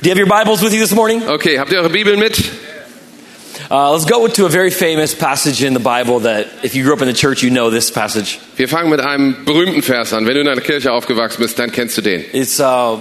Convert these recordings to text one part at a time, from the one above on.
Do you have your Bibles with you this morning? Okay, habt ihr eure Bibeln mit? Uh, let's go to a very famous passage in the Bible that, if you grew up in the church, you know this passage. Wir fangen mit einem berühmten Vers an. Wenn du in einer Kirche aufgewachsen bist, dann kennst du den. It's uh,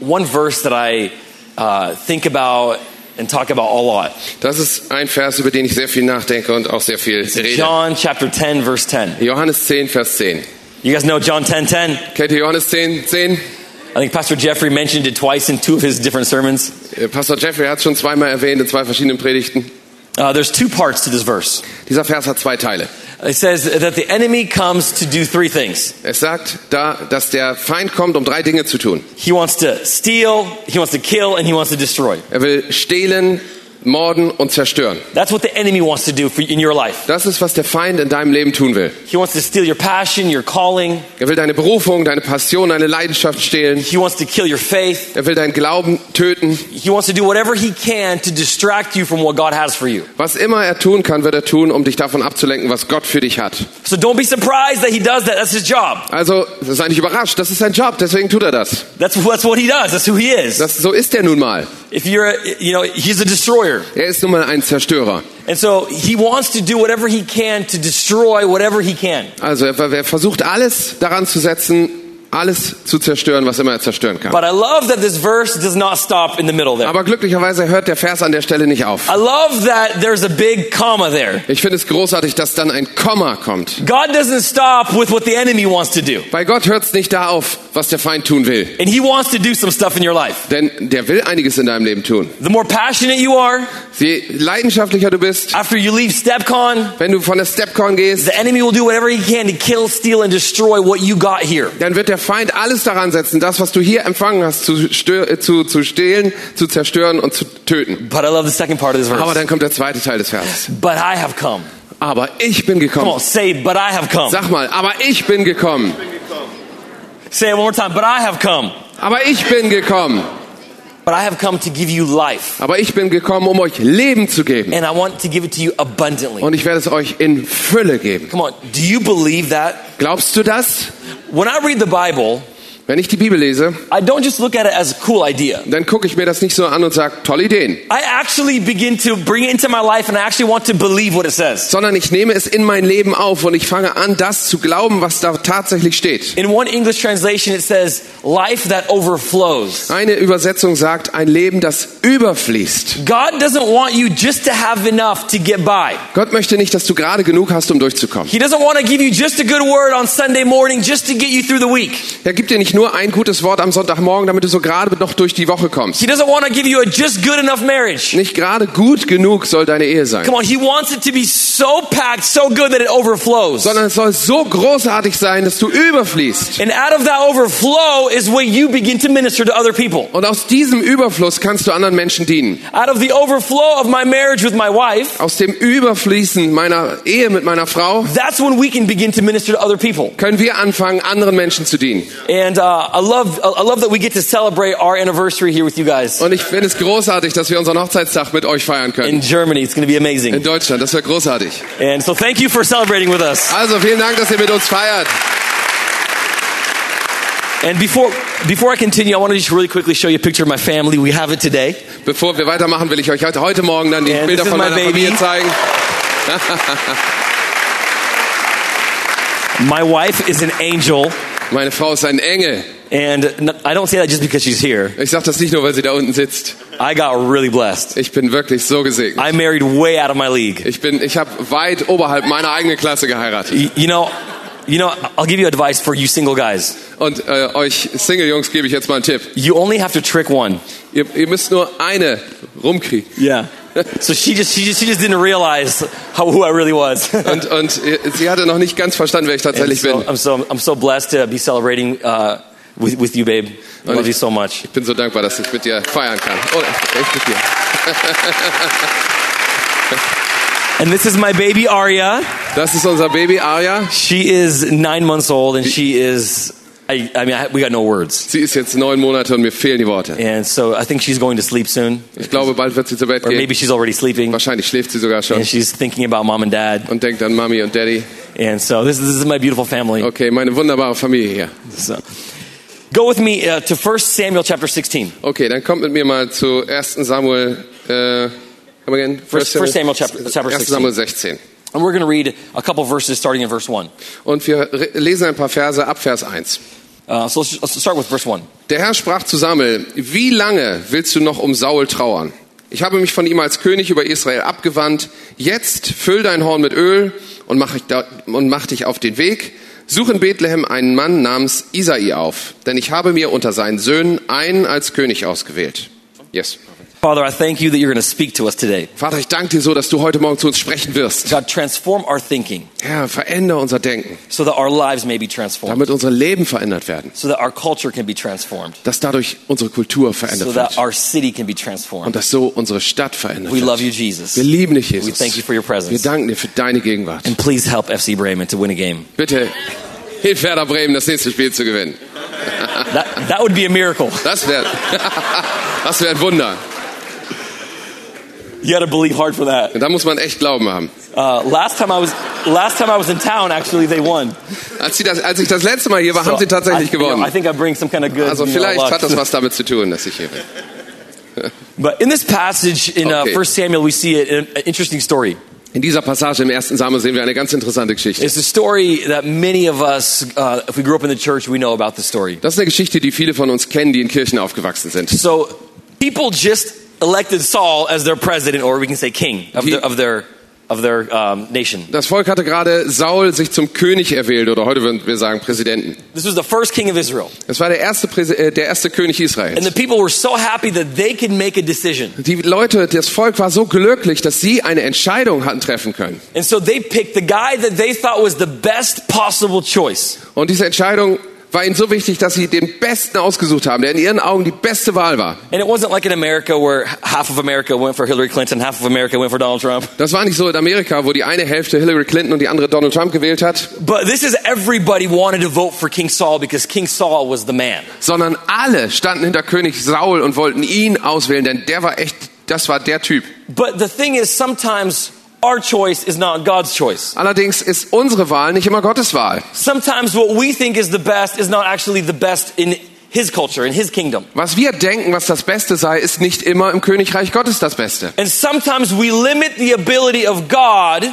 one verse that I uh, think about and talk about a lot. Das ist ein Vers, über den ich sehr viel nachdenke und auch sehr viel rede. John chapter 10, verse 10. Johannes 10, Vers 10. You guys know John 10 10? Kennt ihr Johannes 10, 10? I think Pastor Jeffrey mentioned it twice in two of his different sermons. Äh, Pastor Jeffrey hat es schon zweimal erwähnt in zwei verschiedenen Predigten. Uh, there's two parts to this verse. Dieser Vers hat zwei Teile. It says that the enemy comes to do three things Es sagt da, dass der Feind kommt, um drei Dinge zu tun. he wants to steal, he wants to kill, and he wants to destroy. Er will stehlen, morden und zerstören. That's what the enemy wants to do for, in your life. Das ist, was der Feind in deinem Leben tun will. He wants to steal your passion, your calling, Er will deine Berufung, deine Passion, deine Leidenschaft stehlen. He wants to kill your faith. Er will deinen Glauben töten. He wants to do whatever he can to distract you from what God has for you. Was immer er tun kann, wird er tun, um dich davon abzulenken, was Gott für dich hat. So don't be surprised that he does that. That's his job. Also, sei nicht überrascht, das ist sein Job, deswegen tut er das. That's, that's what he does. That's who he is. das so ist er nun mal. If you're, a, you know, he's a destroyer. Er ist nun mal ein Zerstörer. And so he wants to do whatever he can to destroy whatever he can. Also, er, er versucht alles daran zu setzen, alles zu zerstören, was immer er zerstören kann. But I love that this verse does not stop in the middle there. Aber glücklicherweise hört der Vers an der Stelle nicht auf. I love that there's a big comma there. Ich finde es großartig, dass dann ein Komma kommt. God doesn't stop with what the enemy wants to do. Bei Gott hört es nicht da auf, was der Feind tun will. And he wants to do some stuff in your life. Denn der will einiges in deinem Leben tun. The more passionate you are, Je leidenschaftlicher du bist, after you leave StepCon, wenn du von der Stepcon gehst, The enemy will do whatever he can to kill, steal, and destroy what you got here. dann wird der Feind alles daran setzen, das, was du hier empfangen hast, zu, stö- äh, zu, zu stehlen, zu zerstören und zu töten. But I love the second part of this verse. Aber dann kommt der zweite Teil des Verses. But I have come. Aber ich bin Come on, gekommen. say, but I have come. Sag mal, aber ich bin gekommen. Say it one more time. But I have come. Aber ich bin gekommen. But I have come to give you life. Aber ich bin gekommen, um euch Leben zu geben. And I want to give it to you abundantly. Und ich werde es euch in Fülle geben. Come on, do you believe that? Glaubst du das? When I read the Bible, Wenn ich die Bibel lese, I don't just look at it as a cool idea. dann gucke ich mir das nicht so an und sage, tolle Ideen. I actually begin to bring it into my life and I actually want to believe what it says. Sondern ich nehme es in mein Leben auf und ich fange an, das zu glauben, was da tatsächlich steht. In one English translation, it says, life that overflows. Eine Übersetzung sagt, ein Leben, das überfließt. God doesn't want you just to have enough to get by. Gott möchte nicht, dass du gerade genug hast, um durchzukommen. He doesn't want to give you just a good word on Sunday morning just to get you through the week. Er gibt dir nicht nur ein gutes Wort am Sonntagmorgen, damit du so gerade noch durch die Woche kommst. He doesn't want to give you a just good enough marriage. Nicht gerade gut genug soll deine Ehe sein, Come on, he wants it to be so packed, so good that it overflows. sondern es soll so großartig sein, dass du überfließt. And out of that overflow is when you begin to minister to other people. Und aus diesem Überfluss kannst du anderen Menschen dienen. Out of the overflow of my marriage with my wife, Aus dem Überfließen meiner Ehe mit meiner Frau that's when we can begin to minister to other people. können wir anfangen, anderen Menschen zu dienen. And uh, I love, I love that we get to celebrate our anniversary here with you guys Und ich finde es großartig, dass wir unseren Hochzeitstag mit euch feiern können. in Germany. It's going to be In amazing. Deutschland, das wäre großartig. And so, thank you for celebrating with us. Also vielen Dank, dass ihr mit uns feiert. And before before I continue, I want to just really quickly show you a picture of my family. We have it today. Bevor wir weitermachen, will ich euch heute, heute Morgen dann die Yeah, Bilder this is von my meiner baby. Familie zeigen. My wife is an angel, Meine Frau ist ein Engel. and n- I don't say that just because she's here. Ich sage das nicht nur, weil sie da unten sitzt. I got really blessed. Ich bin wirklich so gesegnet. I married way out of my league. Ich bin, ich habe weit oberhalb meiner eigenen Klasse geheiratet. Y- You know, you know, I'll give you advice for you single guys. Und äh, euch Single-Jungs gebe ich jetzt mal einen Tipp. You only have to trick one. Ihr, ihr müsst nur eine rumkriegen. Yeah. So she just she just she just didn't realize how who I really was. And Und, und äh, sie hatte noch nicht ganz verstanden, wer ich tatsächlich so, bin. I'm so I'm so blessed to be celebrating uh, with with you, babe. I love you so much. Ich bin so dankbar, dass ich mit dir feiern kann. Oh, echt mit dir. And this is my baby Aria. Das ist unser Baby Aria. She is nine months old, and she is. I, I mean, I, we got no words, Sie ist jetzt neun Monate und mir fehlen die Worte. and so I think she's going to sleep soon, Ich glaube, bald wird sie zu Bett or gehen. maybe she's already sleeping, Wahrscheinlich schläft sie sogar schon and she's thinking about mom and dad. und denkt an Mami und Daddy. And so this, this is my beautiful family. Okay, meine wunderbare Familie hier. So, Go with me uh, to 1 Samuel chapter 16. Okay, dann kommt mit mir mal zu 1. Samuel, äh, come again? First- First Samuel chapter- chapter 1. Samuel 16. And we're going to read a couple verses starting in verse 1. Und wir re- lesen ein paar Verse ab Vers 1. Uh, so let's, let's start with verse 1. Der Herr sprach zu Samuel, wie lange willst du noch um Saul trauern? Ich habe mich von ihm als König über Israel abgewandt. Jetzt füll dein Horn mit Öl und mach, ich da, und mach dich auf den Weg. Such in Bethlehem einen Mann namens Isai auf, denn ich habe mir unter seinen Söhnen einen als König ausgewählt. Yes. Father, I thank you that you're going to speak to us today. Vater, ich danke dir so, dass du heute Morgen zu uns sprechen wirst. God, transform our thinking Herr, verändere unser Denken, so that our lives may be transformed, damit unsere Leben verändert werden, so that our culture can be transformed, dass dadurch unsere Kultur verändert so wird that our city can be und transformed. dass so unsere Stadt verändert We wird. love you, Jesus. Wir lieben dich, Jesus. We thank you for your Wir presence. danken dir für deine Gegenwart. And please help FC Bremen to win a game. Bitte hilf Werder Bremen, das nächste Spiel zu gewinnen. That, that would be a miracle. Das wäre das wär ein Wunder. You got to believe hard for that. Und da muss man echt Glauben haben. Uh, last time I was last time I was in town, actually, they won. Als, sie das, als ich das letzte Mal hier war, haben So sie tatsächlich I, you know, I gewonnen. think I bring some kind of good. Also you know, vielleicht luck. hat das was damit zu tun, dass ich hier bin. But in this passage in uh, Okay. 1 Samuel, we see an, an interesting story. In dieser Passage im ersten Samuel sehen wir eine ganz interessante Geschichte. It's a story that many of us, uh, if we grew up in the church, we know about the story. Das ist eine Geschichte, die viele von uns kennen, die in Kirchen aufgewachsen sind. So people just elected Saul as their president, or we can say king of, He- their of their of their um, nation. Das Volk hatte gerade Saul sich zum König erwählt oder heute würden wir sagen Präsidenten. This was the first king of Israel, Das war der erste, Präsi äh, der erste König Israels. and the people were so happy that they could make a decision, Die Leute, das Volk war so glücklich, dass sie eine Entscheidung hatten treffen können. and so they picked the guy that they thought was the best possible choice. Und diese Entscheidung war ihnen so wichtig, dass sie den Besten ausgesucht haben, der in ihren Augen die beste Wahl war. And it wasn't like in America where half of America went for Hillary Clinton, half of America went for Donald Trump. Das war nicht so in Amerika, wo die eine Hälfte Hillary Clinton und die andere Donald Trump gewählt hat, But this is everybody wanted to vote for King Saul because King Saul was the man. sondern alle standen hinter König Saul und wollten ihn auswählen, denn der war echt, das war der Typ. But the thing is, sometimes our choice is not God's choice. Allerdings ist unsere Wahl nicht immer Gottes Wahl. Sometimes what we think is the best is not actually the best in His culture, in His kingdom. Was wir denken, was das Beste sei, ist nicht immer im Königreich Gottes das Beste. And sometimes we limit the ability of God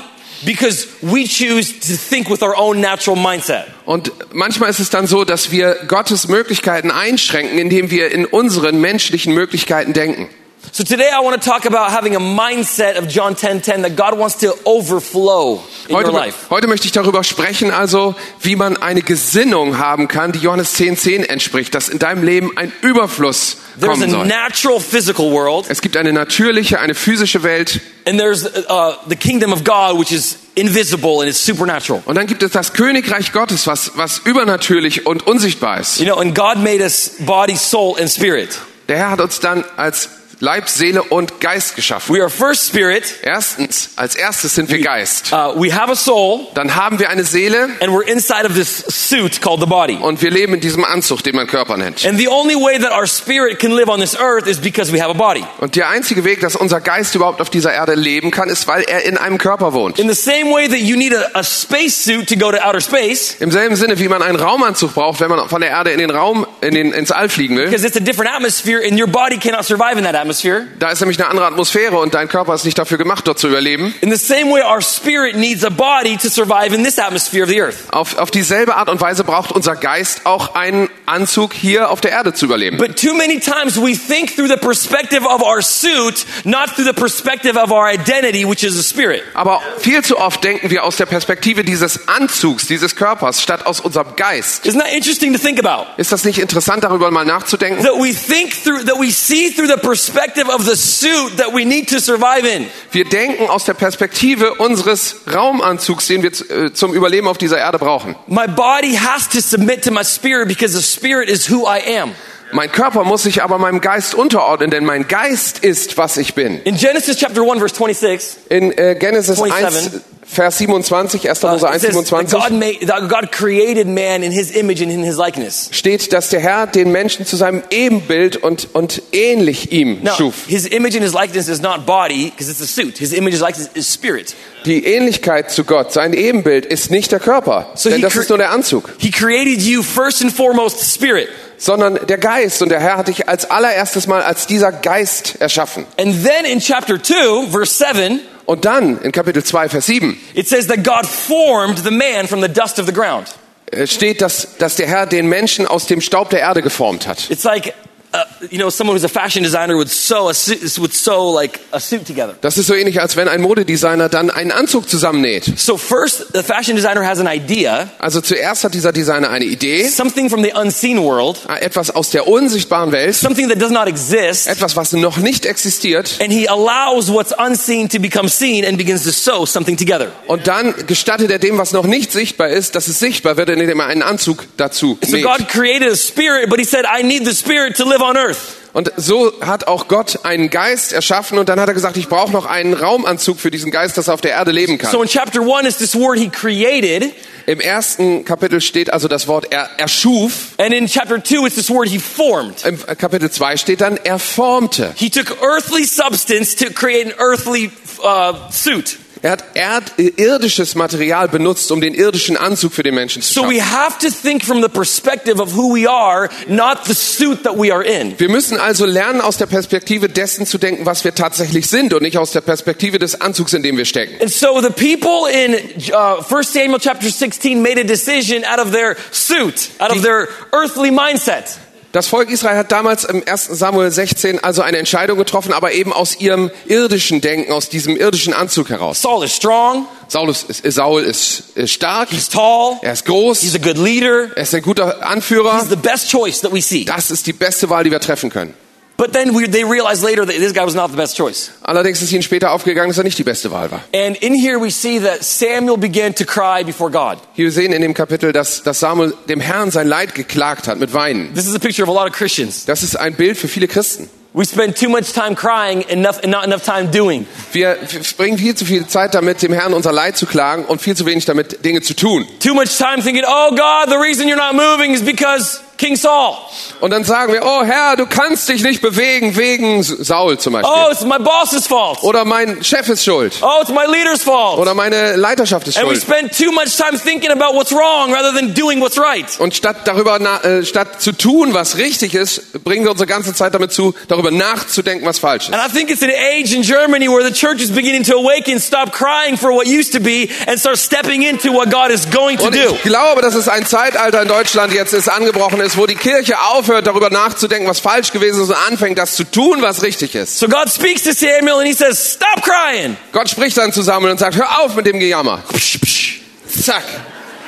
because we choose to think with our own natural mindset. Und manchmal ist es dann so, dass wir Gottes Möglichkeiten einschränken, indem wir in unseren menschlichen Möglichkeiten denken. So today I want to talk about having a mindset of John 10:10 that God wants to overflow in your Heute, life. heute möchte ich darüber sprechen, also wie man eine Gesinnung haben kann, die Johannes 10,10 entspricht, dass in deinem Leben ein Überfluss There's kommen a soll. natural physical world Es gibt eine natürliche, eine physische Welt and there's uh, the kingdom of God which is invisible and it's supernatural. und dann gibt es das Königreich Gottes, was, was übernatürlich und unsichtbar ist. You know, and God made us body, soul, and spirit. Der Herr hat uns dann als Leib, Seele und Geist geschaffen. We are first spirit, Erstens, als erstes sind wir Geist. uh, we have a soul, Dann haben wir eine Seele and we're inside of this suit called the body. und wir leben in diesem Anzug, den man Körper nennt. And the only way that our spirit can live on this earth is because we have a body. Und der einzige Weg, dass unser Geist überhaupt auf dieser Erde leben kann, ist, weil er in einem Körper wohnt. In the same way that you need a, a space suit to go to outer space, Im selben Sinne, wie man einen Raumanzug braucht, wenn man von der Erde in den Raum, in den, ins All fliegen will. because it's a different atmosphere, and your body cannot survive in that atmosphere. Da ist nämlich eine andere Atmosphäre und dein Körper ist nicht dafür gemacht, dort zu überleben. In the same way, our spirit needs a body to survive in this atmosphere of the earth. Auf, auf dieselbe Art und Weise braucht unser Geist auch einen Anzug hier auf der Erde zu überleben. But too many times we think through the perspective of our suit, not through the perspective of our identity, which is the spirit. Aber viel zu oft denken wir aus der Perspektive dieses Anzugs, dieses Körpers, statt aus unserem Geist. Isn't that interesting to think about? Ist das nicht interessant, darüber mal nachzudenken? That we think through, that we see through the perspective of the suit that we need to survive in. Wir denken aus der Perspektive unseres Raumanzugs, den wir z- äh, zum Überleben auf dieser Erde brauchen. My body has to submit to my spirit because the spirit is who I am. Mein Körper muss sich aber meinem Geist unterordnen, denn mein Geist ist, was ich bin. In Genesis chapter 1 verse 26, In äh, Genesis 27. 1, Vers 27, 1. Mose Uh, 1, it says that 27. God, made, that God created man in his image and in his likeness. steht, dass der Herr den Menschen zu seinem Ebenbild und, und ähnlich ihm Now, schuf. his image and his likeness is not body, because it's a suit. His image and likeness is spirit. Die Ähnlichkeit zu Gott, sein Ebenbild, ist nicht der Körper, So denn he das cre- ist nur der Anzug, He created you first and foremost spirit. sondern der Geist. Und der Herr hat dich als allererstes Mal als dieser Geist erschaffen. And then in chapter 2, verse 7, Und dann in Kapitel 2, Vers 7 it says that God formed the man from the dust of the ground. äh, steht, dass, dass der Herr den Menschen aus dem Staub der Erde geformt hat. It's like, uh, you know, someone who's a fashion designer would sew a suit, would sew like a suit together. Das ist so ähnlich, als wenn ein Modedesigner dann einen Anzug zusammennäht. So first, the fashion designer has an idea, Also zuerst hat dieser Designer eine Idee, something from the unseen world, äh, etwas aus der unsichtbaren Welt, something that does not exist, etwas, was noch nicht existiert, and he allows what's unseen to become seen and begins to sew something together. Und dann gestattet er dem, was noch nicht sichtbar ist, dass es sichtbar wird, indem er einen Anzug dazu So näht. God created a spirit, but he said, I need the spirit to live on earth. Und so hat auch Gott einen Geist erschaffen und dann hat er gesagt, ich brauche noch einen Raumanzug für diesen Geist, dass er auf der Erde leben kann. So in chapter one, it's this word he created, Im ersten Kapitel steht also das Wort er erschuf, and in chapter two, it's this word he formed. im Kapitel 2 steht dann er formte. He took earthly substance to create an earthly uh, suit. Er hat erd irdisches Material benutzt, um den irdischen Anzug für den Menschen zu So we schaffen. have to think from the perspective of who we are, not the suit that we are in. Wir müssen also lernen, aus der Perspektive dessen zu denken, was wir tatsächlich sind und nicht aus der Perspektive des Anzugs, in dem wir stecken. And so the people in uh, 1 Samuel chapter 16 made a decision out of their suit, out of their earthly mindset. Das Volk Israel hat damals im 1. Samuel 16 also eine Entscheidung getroffen, aber eben aus ihrem irdischen Denken, aus diesem irdischen Anzug heraus. Saul is strong, Saulus ist, äh, Saul ist, ist stark, he's tall, er ist he's a groß, good leader, er ist ein guter he's Anführer. the best choice that we see. Das ist die beste Wahl, die wir treffen können. But then we, they realize later that this guy was not the best choice. Allerdings ist ihnen später aufgegangen, dass er nicht die beste Wahl war. And in here we see that Samuel began to cry before God. Hier sehen in dem Kapitel, dass, dass Samuel dem Herrn sein Leid geklagt hat mit Weinen. This is a picture of a lot of Christians. Das ist ein Bild für viele Christen. We spend too much time crying enough, and not enough time doing. Wir wir verbringen viel zu viel Zeit damit, dem Herrn unser Leid zu klagen und viel zu wenig damit, Dinge zu tun. Too much time thinking, oh God, the reason you're not moving is because King Saul. Und dann sagen wir, oh Herr, du kannst dich nicht bewegen wegen Saul zum Beispiel. Oh, it's my boss's fault. Oder mein Chef ist schuld. Oh, it's my leader's fault. Oder meine Leiterschaft ist And we schuld. spend too much time thinking about what's wrong rather than doing what's right. Und statt darüber, na, äh, statt zu tun, was richtig ist, bringen wir unsere ganze Zeit damit zu, darüber nachzudenken, was falsch ist. And I think it's an age in Germany where the church is beginning to awaken, stop crying for what used to be, and start stepping into what God is going to Und do. ich glaube, dass es ein Zeitalter in Deutschland jetzt ist, angebrochen ist, wo die Kirche aufhört, darüber nachzudenken, was falsch gewesen ist und anfängt, das zu tun, was richtig ist. So God speaks to Samuel and he says, Stop crying. Gott spricht dann zusammen und sagt, hör auf mit dem Gejammer. Psh, psh. Zack.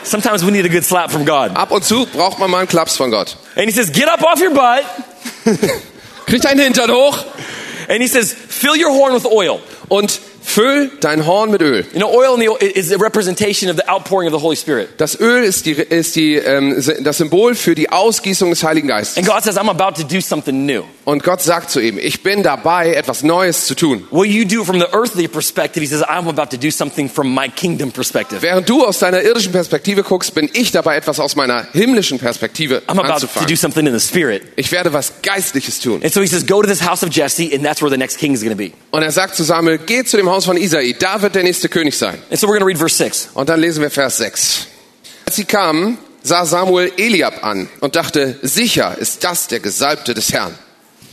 Sometimes we need a good slap from God. Ab und zu braucht man mal einen Klaps von Gott. And he says, Get up off your butt. Kriegt einen Hintern hoch. And he says, Fill your horn with oil. und füll dein Horn mit Öl. You know, oil in the, is a representation of the outpouring of the Holy Spirit. Das Öl ist, die, ist die, ähm, das Symbol für die Ausgießung des Heiligen And Geistes. God says, I'm about to do something new. Und Gott sagt zu ihm, ich bin dabei, etwas Neues zu tun. What you do from the earthly perspective, He says, I'm about to do something from my kingdom perspective. Während du aus deiner irdischen Perspektive guckst, bin ich dabei, etwas aus meiner himmlischen Perspektive I'm about to do anzufangen. something in the spirit. Ich werde was Geistliches tun. And so he says, Go to this house of Jesse, and that's where the next king is going to be. Und er sagt zu Samuel, geh zu dem Haus von Isai, da wird der nächste König sein. And so we're going to read verse 6. Und dann lesen wir Vers 6. Als sie kamen, sah Samuel Eliab an und dachte, sicher ist das der Gesalbte des Herrn.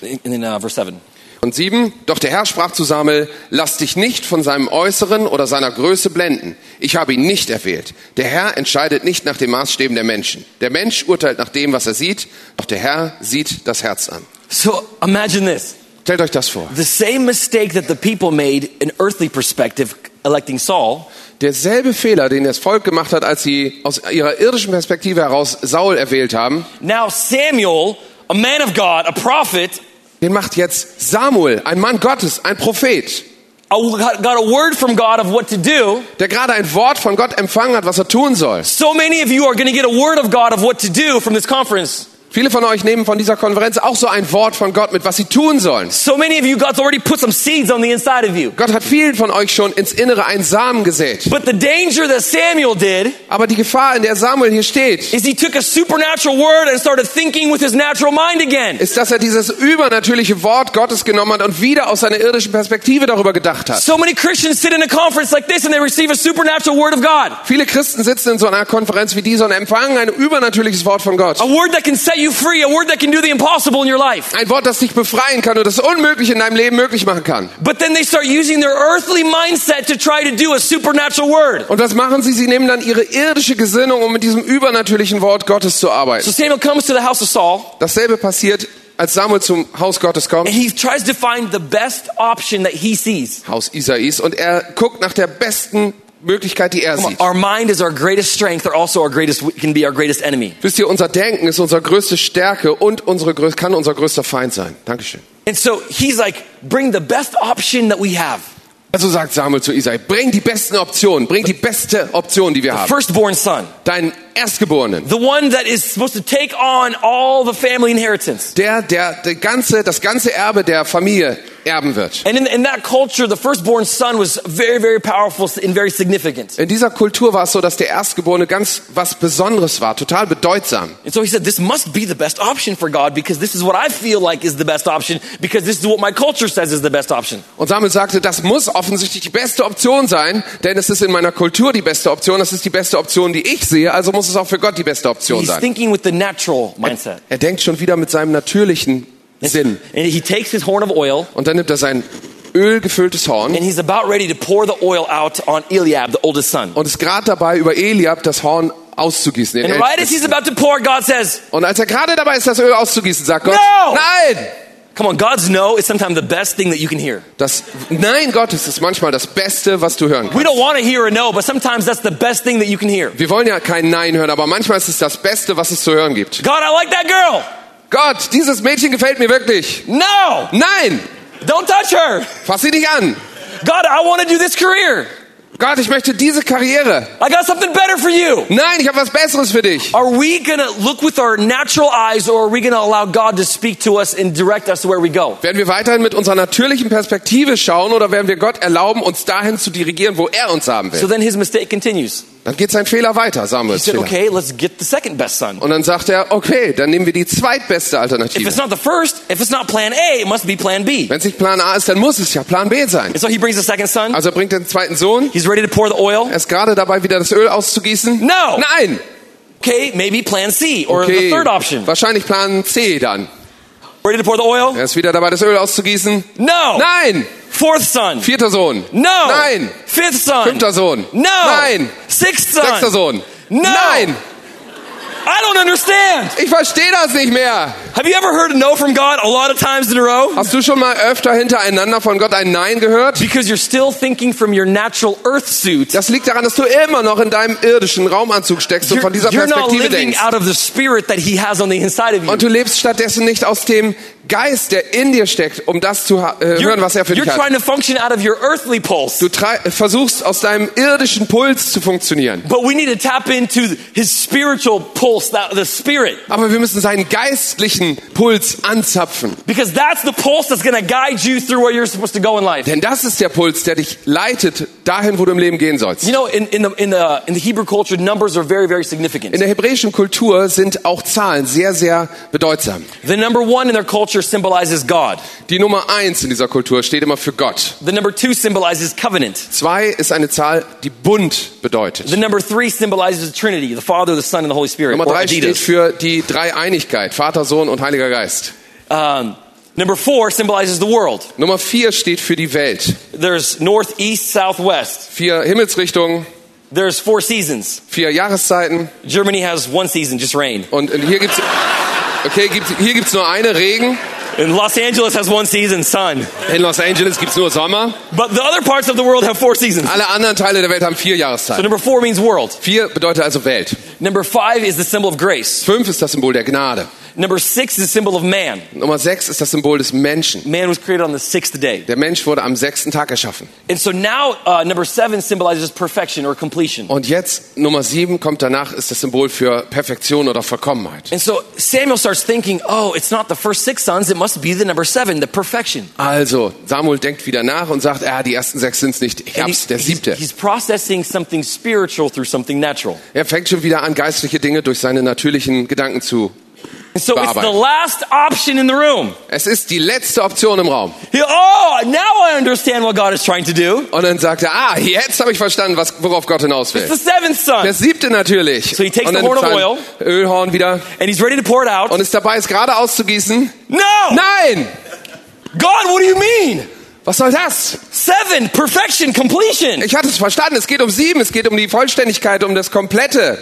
And then uh, verse 7. Und sieben, doch der Herr sprach zu Samuel, lass dich nicht von seinem Äußeren oder seiner Größe blenden. Ich habe ihn nicht erwählt. Der Herr entscheidet nicht nach den Maßstäben der Menschen. Der Mensch urteilt nach dem, was er sieht, doch der Herr sieht das Herz an. So imagine this Stellt euch das vor. the same mistake that the people made in earthly perspective, electing Saul, Derselbe Fehler, den das Volk gemacht hat, als sie aus ihrer irdischen Perspektive heraus Saul erwählt haben, now Samuel, a man of God, a prophet, den macht jetzt Samuel, ein Mann Gottes, ein Prophet, a- got a word from God of what to do. der gerade ein Wort von Gott empfangen hat, was er tun soll. So many of you are going to get a word of God of what to do from this conference. Viele von euch nehmen von dieser Konferenz auch so ein Wort von Gott mit, was sie tun sollen. So many of you, God's already put some seeds on the inside of you. Gott hat vielen von euch schon ins Innere einen Samen gesät. But the danger that Samuel did Aber die Gefahr, in der Samuel hier steht, is he took a supernatural word and started thinking with his natural mind again. ist, dass er dieses übernatürliche Wort Gottes genommen hat und wieder aus seiner irdischen Perspektive darüber gedacht hat. So many Christians sit in a conference like this and they receive a supernatural word of God. Viele Christen sitzen in so einer Konferenz wie dieser und empfangen ein übernatürliches Wort von Gott. A word that can set you free, a word that can do the impossible in your life. Ein Wort, das dich befreien kann und das Unmögliche in deinem Leben möglich machen kann. But then they start using their earthly mindset to try to do a supernatural word. Und was machen sie? Sie nehmen dann ihre irdische Gesinnung, um mit diesem übernatürlichen Wort Gottes zu So arbeiten. Samuel comes to the house of Saul Dasselbe passiert, als Samuel zum Haus Gottes and kommt, he tries to find the best option that he sees. Haus Isais, und er guckt nach der besten Möglichkeit, die er sieht. Our mind is our greatest strength, or also our greatest can be our greatest enemy. Wisst ihr, unser Denken ist unsere größte Stärke und unsere, größ- kann unser größter Feind sein. Dankeschön. And so he's like, bring the best option that we have. Also sagt Samuel zu Isai, bring die besten Optionen, bring die beste Option, die wir haben. Firstborn son, Deinen Erstgeborenen. the one that is supposed to take on all the family inheritance. Der, der, der ganze, das ganze Erbe der Familie erben wird. And in, in that culture, the firstborn son was very, very powerful and very significant. In dieser Kultur war es so, dass der Erstgeborene ganz was Besonderes war, total bedeutsam. And so he said, This must be the best option for God because this is what I feel like is the best option because this is what my culture says is the best option. Und Samuel sagte, das muss offensichtlich die beste Option sein, denn es ist in meiner Kultur die beste Option, das ist die beste Option, die ich sehe, also muss es auch für Gott die beste Option He's sein. thinking with the natural mindset. Er denkt schon wieder mit seinem natürlichen Sinn. And he takes his horn of oil Und dann nimmt er sein ölgefülltes Horn and he's about ready to pour the oil out on Eliab, the oldest son. und ist gerade dabei, über Eliab das Horn auszugießen. den And right as he's Ältesten. about to pour, God says, Und als er gerade dabei ist, das Öl auszugießen, sagt Gott, No! nein! Come on, God's no is sometimes the best thing that you can hear. Das Nein Gottes ist manchmal das Beste, was du hören We kannst. don't want to hear a no, but sometimes that's the best thing that you can hear. Wir wollen ja kein Nein hören, aber manchmal ist es das Beste, was es zu hören gibt. God, I like that girl. Gott, dieses Mädchen gefällt mir wirklich. No, Nein! don't touch her. Fass sie nicht an! God, I want to do this career. Gott, ich möchte diese Karriere. I got something better for you. Nein, ich habe was Besseres für dich. Are we going to look with our natural eyes or are we going to allow God to speak to us and direct us where we go? Werden wir weiterhin mit unserer natürlichen Perspektive schauen oder werden wir Gott erlauben, uns dahin zu dirigieren, wo er uns haben So will? then his mistake continues. Dann geht sein Fehler weiter, He Samuels said, Fehler. okay, let's get the second best son. Und dann sagt er, okay, dann nehmen wir die zweitbeste If Alternative. it's not the first, if it's not plan A, it must be plan B. Wenn es nicht Plan A ist, dann muss es ja Plan B sein. And so he brings the second son. Also er bringt den zweiten Sohn, He's ready to pour the oil. Er ist gerade dabei, wieder das Öl auszugießen. No. Nein! Okay, maybe plan C or the third option. Wahrscheinlich Plan C dann. Ready to pour the oil? Er ist wieder dabei, das Öl auszugießen. No. Nein! Fourth son. Vierter Sohn. No. Nein! Fifth son. Fünfter Sohn. No. Nein! Sixth son. Sechster Sohn. No. Nein! I don't understand. Ich verstehe das nicht mehr. Have you ever heard a no from God a lot of times in a row? Hast du schon mal öfter hintereinander von Gott ein Nein gehört? Because you're still thinking from your natural earth suit. Das liegt daran, dass du immer noch in deinem irdischen Raumanzug steckst und You're, von dieser you're not Perspektive living denkst. out of the spirit that he has on the inside of you. Und du lebst stattdessen nicht aus dem Geist, der in dir steckt, um das zu ha- äh, hören, was er für you're dich hat. trying to function out of your earthly pulse. Du tra- versuchst aus deinem irdischen Puls zu funktionieren. But we need to tap into his spiritual pulse, that, the spirit. Aber wir müssen seinen geistlichen Puls anzapfen. Because that's the pulse that's going to guide you through where you're supposed to go in life. Denn das ist der Puls, der dich leitet dahin, wo du im Leben gehen sollst. You know, in, in, the, in, the, in the Hebrew culture, numbers are very, very significant. In der hebräischen Kultur sind auch Zahlen sehr, sehr bedeutsam. The number one in their culture symbolizes God. Die Nummer eins in dieser Kultur steht immer für Gott. The number two symbolizes covenant. Zwei ist eine Zahl, die Bund bedeutet. The number three symbolizes the Trinity, the Father, the Son, and the Holy Spirit. Nummer or drei steht Adidas. für die Dreieinigkeit, Vater, Sohn und Heiliger Geist. Um, number four symbolizes the world. Nummer vier steht für die Welt. There's north, east, south, west. Vier Himmelsrichtungen, There's four seasons. vier Jahreszeiten. Germany has one season, just rain. Und hier gibt's, okay, gibt's, hier gibt's nur eine Regen. And Los Angeles has one season, sun. In Los Angeles gibt's nur Sommer. But the other parts of the world have four seasons. Alle anderen Teile der Welt haben vier So Jahreszeiten. number four means world. Vier bedeutet also Welt. Number five is the symbol of grace. Fünf ist das Symbol der Gnade. Number six is a symbol of man. Nummer sechs ist das Symbol des Menschen. Man was created on the sixth day. Der Mensch wurde am sechsten Tag erschaffen. And so now, uh, number seven symbolizes perfection or completion. Und jetzt Nummer sieben kommt danach, ist das Symbol für Perfektion oder Vollkommenheit. And so Samuel starts thinking, oh, it's not the first six sons, it must be the number seven, the perfection. Also, Samuel denkt wieder nach und sagt, ah, die ersten sechs sind's nicht, ich And hab's, der he's- siebte. he's processing something spiritual through something natural. Er fängt schon wieder an, geistliche Dinge durch seine natürlichen Gedanken zu. And so it's the Bearbeiten. last option in the room. Es ist die letzte Option im Raum. He- oh, now I understand what God is trying to do. Und dann sagt er, ah, jetzt habe ich verstanden, was, worauf Gott hinaus It's the will. seventh son. Der siebte natürlich. So he takes und dann the horn of sein oil. Ölhorn wieder And he's ready to pour it out. und ist dabei, es gerade auszugießen. No! Nein! God, what do you mean? Was soll das? Seven, perfection, completion. Ich hatte es verstanden. Es geht um sieben. Es geht um die Vollständigkeit, um das Komplette.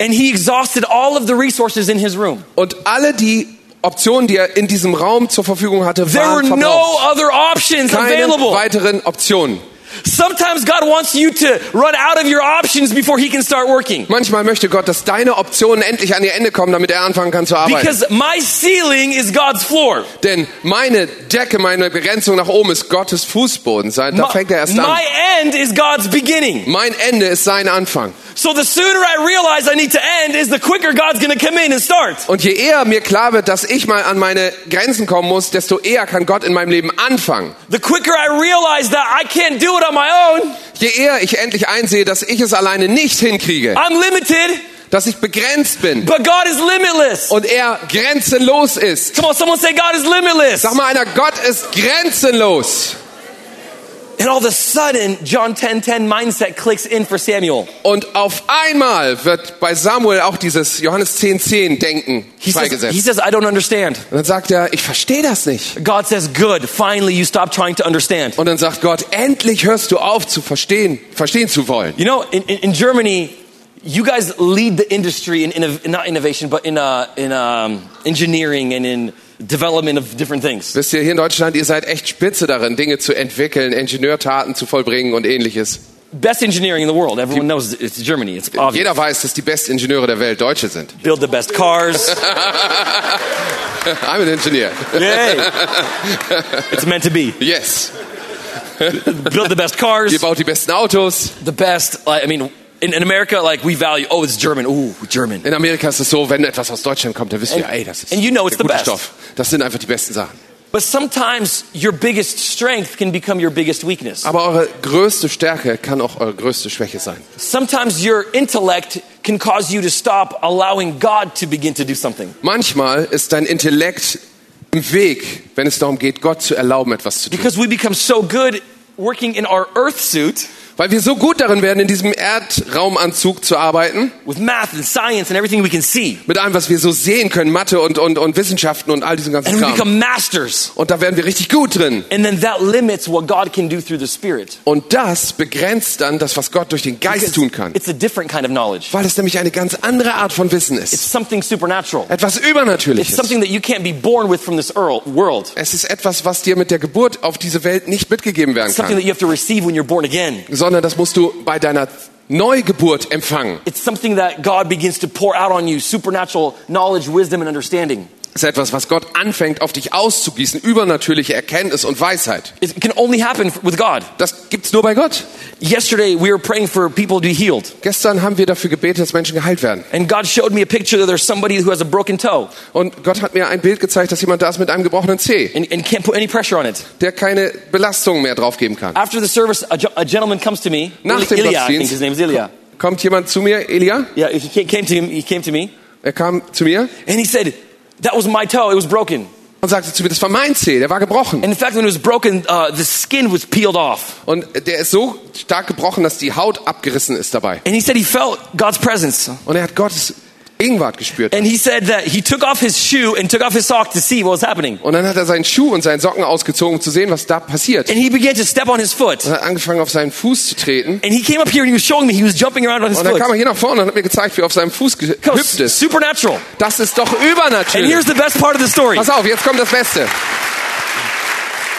And he exhausted all of the resources in his room. Und alle die Optionen, die er in diesem Raum zur Verfügung hatte, There were waren no verbraucht. other options Keine available. weiteren Optionen. Sometimes God wants you to run out of your options before he can start working. Manchmal möchte Gott, dass deine Optionen endlich an ihr Ende kommen, damit er anfangen kann zu arbeiten. Because my ceiling is God's floor. Denn meine Decke, meine Begrenzung nach oben ist Gottes Fußboden. Seit, da My, fängt er erst an. my end is God's beginning. Mein Ende ist sein Anfang. So the sooner I realize I need to end is the quicker God's going to come in and start. Und je eher mir klar wird, dass ich mal an meine Grenzen kommen muss, desto eher kann Gott in meinem Leben anfangen. The quicker I realize that I can't do it on my own, Je eher ich endlich einsehe, dass ich es alleine nicht hinkriege, I'm limited, dass ich begrenzt bin but God is limitless. und er grenzenlos ist. Come on, someone say God is limitless. Sag mal einer, Gott ist grenzenlos. And all of a sudden, John 10 10 mindset clicks in for Samuel. Und auf einmal wird bei Samuel auch dieses Johannes 10,10 Denken He says, he freigesetzt. says, I don't understand. Und dann sagt er, ich verstehe das nicht. God says, Good, finally you stop trying to understand. Und dann sagt Gott, endlich hörst du auf zu verstehen, verstehen zu wollen. You know, in, in, in Germany, you guys lead the industry in, innov- not innovation, but in, uh, in um, engineering and in development of different things. Wisst ihr, hier in Deutschland, ihr seid echt spitze darin, Dinge zu entwickeln, Ingenieurtaten zu vollbringen und ähnliches. Best engineering in the world. Everyone knows it's Germany. It's obvious. Jeder weiß, dass die besten Ingenieure der Welt Deutsche sind. Build the best cars. I'm an Engineer. Yay. It's meant to be. Yes. Build the best cars. Ihr baut die besten Autos. The best, like, I mean, in, in America, like, we value, oh, it's German. Ooh, German. In Amerika ist es so, wenn etwas aus Deutschland kommt, dann wissen wir, ey, das ist and you know it's the der gute best. Stoff. Das sind einfach die besten Sachen. But sometimes your biggest strength can become your biggest weakness. Aber eure größte Stärke kann auch eure größte Schwäche sein. Sometimes your intellect can cause you to stop allowing God to begin to do something. Manchmal ist dein Intellekt im Weg, wenn es darum geht, Gott zu erlauben, etwas zu tun. Because we become so good working in our earth suit Weil wir so gut darin werden, in diesem Erdraumanzug zu arbeiten, with math and science and everything we can see. mit allem, was wir so sehen können, Mathe und, und, und Wissenschaften und all diesem ganzen And we Kram. become masters. Und da werden wir richtig gut drin. And then that limits what God can do through the Spirit. Und das begrenzt dann das, was Gott durch den Geist tun kann. It's a different kind of knowledge. Weil es nämlich eine ganz andere Art von Wissen It's ist. something supernatural. Etwas It's Übernatürliches. something that you can't be born with from this earl- world. Es ist etwas, was dir mit der Geburt auf diese Welt nicht mitgegeben werden It's something that kann, you have to receive when you're born again. sondern das musst du bei deiner Neugeburt empfangen. It's something that God begins to pour out on you supernatural knowledge, wisdom, and understanding. Es ist etwas, was Gott anfängt, auf dich auszugießen, übernatürliche Erkenntnis und Weisheit. It can only happen f- with God. Das gibt's nur bei Gott. Yesterday, we were praying for people to be healed. Gestern haben wir dafür gebetet, dass Menschen geheilt werden. And God showed me a picture that there's somebody who has a broken toe Und Gott hat mir ein Bild gezeigt, dass jemand da ist mit einem gebrochenen Zeh, and, and can't put any pressure on it. der keine Belastung mehr draufgeben kann. After the service, a, ge- a gentleman comes to me. Nach Ili- dem Ilya, I think Gottesdienst- his name is Ilya. Kommt jemand zu mir, Elia? Yeah, he ca- came to him. He came to me, Er kam zu mir and he said, "That was my toe. It was broken. und sagte zu mir, das war mein Zeh, der war gebrochen. And in fact, when it was broken, uh, the skin was peeled off." Und der ist so stark gebrochen, dass die Haut abgerissen ist dabei. And he said he felt God's presence. Und er hat Gottes Gegenwart gespürt. And he said that he took off his shoe and took off his sock to see what was happening. Und dann hat er seinen Schuh und seinen Socken ausgezogen, um zu sehen, was da passiert. And he began to step on his foot. Und hat angefangen, auf seinen Fuß zu treten. And he came up here and he was showing me he was jumping around on his Und dann foot. kam er hier nach vorne und hat mir gezeigt, wie er auf seinem Fuß Come on, gehüpft ist. supernatural. Das ist doch And here's übernatürlich. the best part of the story. Pass auf, jetzt kommt das Beste.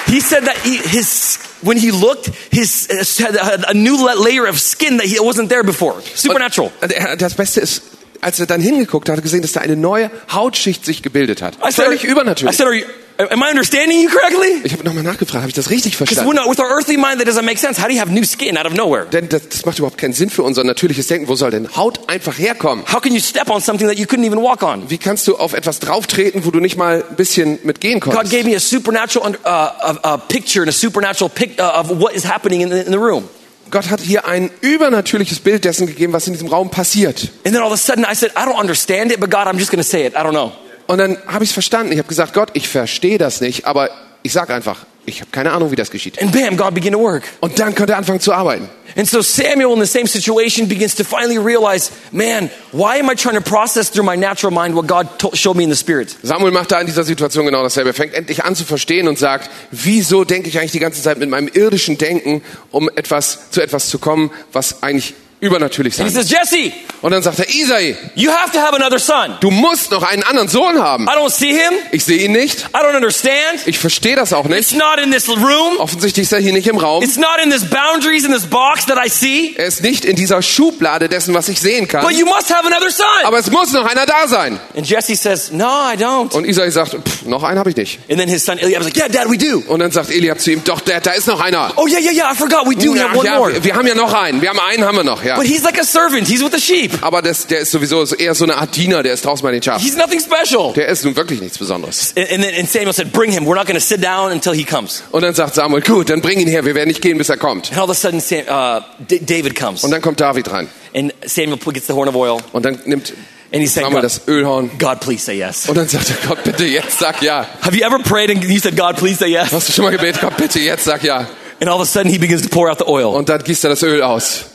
He said that he, his when he looked, his uh, had a new la- layer of skin that he, wasn't there before. Und Supernatural. und er- das Beste ist, als er dann hingeguckt hat, gesehen, dass da eine neue Hautschicht sich gebildet hat. I said, Völlig I übernatürlich. said, are you, am I understanding you correctly? Ich habe nochmal nachgefragt, habe ich das richtig Because verstanden? with our earthly mind, that doesn't make sense. How do you have new skin out of nowhere? Denn das, das macht überhaupt keinen Sinn für unser natürliches Denken. Wo soll denn Haut einfach herkommen? How can you step on something that you couldn't even walk on? Wie kannst du auf etwas drauftreten, wo du nicht mal ein bisschen mitgehen God konntest? gave me a supernatural uh, uh, uh, picture and a supernatural pic- uh, of what is happening in the, in the room. Gott hat hier ein übernatürliches Bild dessen gegeben, was in diesem Raum passiert. And then all of a sudden, I said, I don't understand it, but God, I'm just going to say it. I don't know. Und dann habe ich es verstanden. Ich habe gesagt, Gott, ich verstehe das nicht, aber ich sage einfach, ich habe keine Ahnung, wie das geschieht. And bam, God began to work. Und dann konnte er anfangen zu arbeiten. And so Samuel, in the same situation, begins to finally realize, man, why am I trying to process through my natural mind what God to- showed me in the spirit? Samuel macht da in dieser Situation genau dasselbe. Er fängt endlich an zu verstehen und sagt, wieso denke ich eigentlich die ganze Zeit mit meinem irdischen Denken, um etwas zu etwas zu kommen, was eigentlich übernatürlich He sein says, Jesse, muss. Und dann sagt er, Isai, you have to have another son. du musst noch einen anderen Sohn haben. I don't see him. Ich sehe ihn nicht. I don't understand. Ich verstehe das auch It's nicht. not in this room. Offensichtlich ist er hier nicht im Raum. It's not in this boundaries in this box that I see. Er ist nicht in dieser Schublade dessen, was ich sehen kann. But you must have another son. Aber es muss noch einer da sein. And Jesse says, No, I don't. Und Isai sagt, pff, noch einen habe ich nicht. And then his son Eliab was like, Yeah, Dad, we do. Und dann sagt Eliab zu ihm, doch, da, da ist noch einer. Oh yeah, yeah, yeah. I forgot. We do ja, have one ja, more. wir, wir haben ja noch einen. Wir haben einen haben wir noch, ja. But he's like a servant. He's with the sheep. Aber das, der ist sowieso eher so eine Art Diener, der ist draußen bei den Schafen. He's nothing special. Der ist nun wirklich nichts Besonderes. And, and then and Samuel said, Bring him. We're not going to sit down until he comes. Und dann sagt Samuel, gut, dann bring ihn her, wir werden nicht gehen, bis er kommt. And all of a sudden, Sam, uh, D- David comes, Und dann kommt David rein. and Samuel gets the horn of oil, Und dann nimmt and he's saying, Samuel God, das Ölhorn. God, please say yes. Und dann sagt er, Gott, bitte jetzt sag ja. Have you ever prayed and you said, God, please say yes? Hast du schon mal gebetet? Gott, bitte jetzt sag ja. And all of a sudden, he begins to pour out the oil. Und dann gießt er das Öl aus.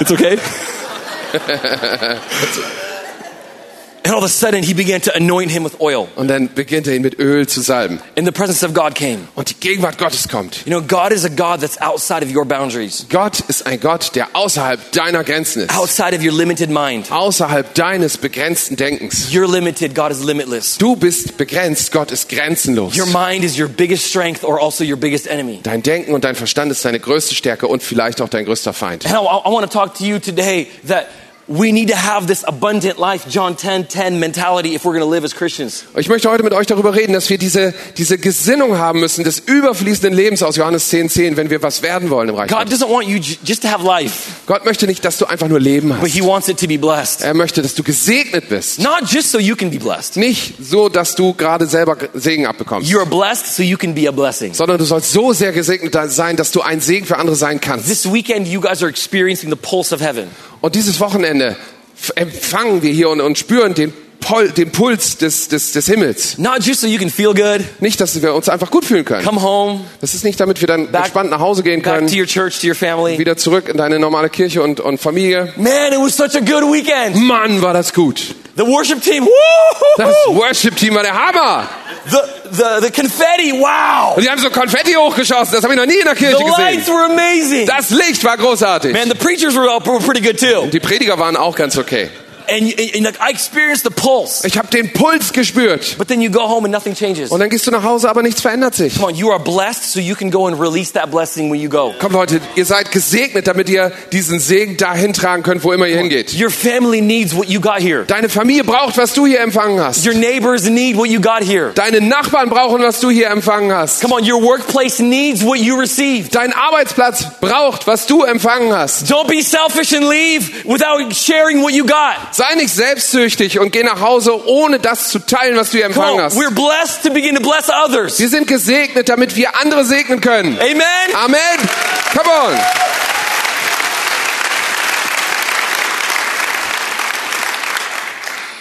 It's okay. and all of a sudden, he began to anoint him with oil, Und dann beginnt er ihn mit Öl zu salben. and the presence of God came. Und die Gegenwart Gottes kommt. You know, God is a God that's outside of your boundaries, Gott ist ein Gott, der außerhalb deiner Grenzen ist. outside of your limited mind. Außerhalb deines begrenzten Denkens. You're limited, God is limitless. Du bist begrenzt, Gott ist grenzenlos. Your mind is your biggest strength or also your biggest enemy. Dein Denken und dein Verstand ist deine größte Stärke und vielleicht auch dein größter Feind. And I, want to talk to you today that we need to have this abundant life, John 10 10 mentality, if we're going to live as Christians. Ich möchte heute mit euch darüber reden, dass wir diese, diese Gesinnung haben müssen des überfließenden Lebens aus Johannes 10, 10, wenn wir was werden wollen im Reich. God Gottes. doesn't want you j- just to have life, Gott möchte nicht, dass du einfach nur Leben but hast. He wants it to be blessed. Er möchte, dass du gesegnet bist. Not just so you can be blessed. Nicht so, dass du gerade selber Segen abbekommst, You are blessed so you can be a blessing. sondern du sollst so sehr gesegnet sein, dass du ein Segen für andere sein kannst. This weekend, you guys are experiencing the pulse of heaven. Und dieses Wochenende f- empfangen wir hier und, und spüren den, Pol, den Puls des, des, des Himmels. Not just so you can feel good, Nicht, dass wir uns einfach gut fühlen können. come home, Das ist nicht, damit wir dann Back- entspannt nach Hause gehen back können, to your church, to your family. wieder zurück in deine normale Kirche und, und Familie. Man, it was such a good weekend. Mann, war das gut. The worship team, Das woo! Worship-Team war der Hammer. The, the, the confetti, wow! Und die haben so Konfetti hochgeschossen, das habe ich noch nie in der The Kirche lights gesehen. were amazing. Das Licht war großartig. Man, the preachers were, all, were pretty good too. Die Prediger waren auch ganz okay. And, you- and, like, I experienced the pulse. Ich habe den Puls gespürt. But then you go home and nothing changes. Und dann gehst du nach Hause, aber nichts verändert sich. Come on, you are blessed so you can go and release that blessing when you go. Kommt Leute, ihr seid gesegnet, damit ihr diesen Segen dahin tragen könnt, wo immer ihr hingeht. Your family needs what you got here. Deine Familie braucht, was du hier empfangen hast. Your neighbors need what you got here. Deine Nachbarn brauchen, was du hier empfangen hast. Come on, your workplace needs what you received. Dein Arbeitsplatz braucht, was du empfangen hast. Don't be selfish and leave without sharing what you got. Sei nicht selbstsüchtig und geh nach Hause, ohne das zu teilen, was du hier Come empfangen on, hast. we're blessed to begin to bless others. Wir sind gesegnet, damit wir andere segnen können. Amen. Amen. Come on.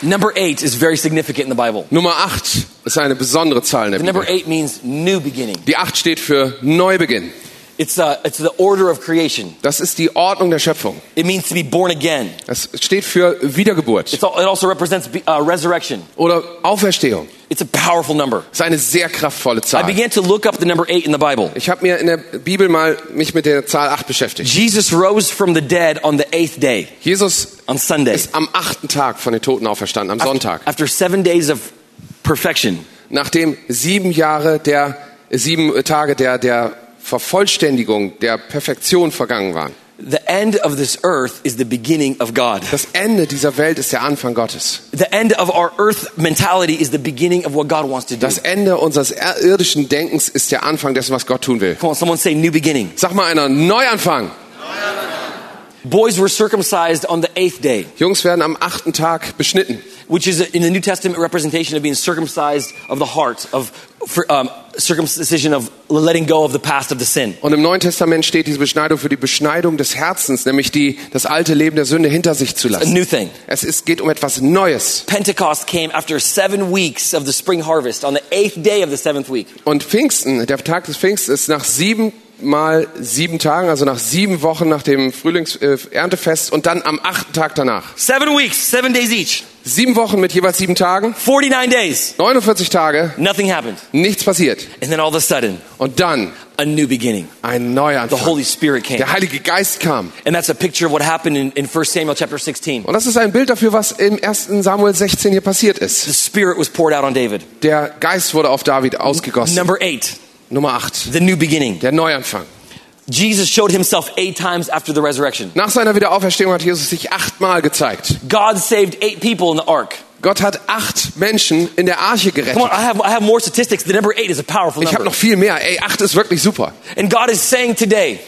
Number eight is very significant in the Bible. Nummer 8 ist eine besondere Zahl in der The number Bibel. eight means new beginning. Die 8 steht für Neubeginn. It's, uh, it's the order of creation. Das ist die Ordnung der Schöpfung. It means to be born again. Es steht für Wiedergeburt It's all, it also represents be- uh, resurrection. oder Auferstehung. It's a powerful number. Das ist eine sehr kraftvolle I Zahl. began to look up the number eight in the Bible. Ich habe mir in der Bibel mal mich mit der Zahl 8 beschäftigt. Jesus rose from the dead on the eighth day, Jesus on Sunday, ist am achten Tag von den Toten auferstanden, am Sonntag. after seven days of perfection. nachdem sieben Jahre der sieben Tage der der Vervollständigung der Perfektion vergangen waren. the end of this earth is the beginning of God. Das Ende dieser Welt ist der Anfang Gottes. The end of our earth mentality is the beginning of what God wants to do. Das Ende unseres er- irdischen Denkens ist der Anfang dessen, was Gott tun will. Come on, someone say new beginning. Sag mal einer, Neuanfang. Boys were circumcised on the eighth day, Jungs werden am achten Tag beschnitten. which is in the New Testament representation of being circumcised of the heart, of for, um, circumcision of letting go of the past of the sin. Und im Neuen Testament steht diese Beschneidung für die Beschneidung des Herzens, nämlich die, das alte Leben der Sünde hinter sich zu A lassen. new thing. Es ist, geht um etwas Neues. Pentecost came after seven weeks of the spring harvest on the eighth day of the seventh week. Und Pfingsten, der Tag des Pfingsten ist nach sieben mal sieben Tagen, also nach sieben Wochen nach dem Frühlings äh, Erntefest und dann am achten Tag danach. Seven weeks, seven days each, Sieben Wochen mit jeweils sieben Tagen, 49 days. 49 Tage, Nothing happened. nichts passiert. And then all of a sudden, Und dann a new beginning. ein The Neuanfang. Holy Spirit came. Der Heilige Geist kam. And that's a picture of what happened in, in 1 Samuel chapter 16. Und das ist ein Bild dafür, was im 1. Samuel 16 hier passiert ist. The Spirit was poured out on David. Der Geist wurde auf David ausgegossen. Number eight, Nummer 8. the new beginning. Der Neuanfang. Jesus showed himself eight times after the resurrection. Nach seiner Wiederauferstehung hat Jesus sich achtmal gezeigt. God saved eight people in the ark. Gott hat acht Menschen in der Arche Come on, gerettet. I have, I have more statistics. The number eight is a powerful Ich habe number. noch viel mehr. Ey, acht ist wirklich super. And God is saying today,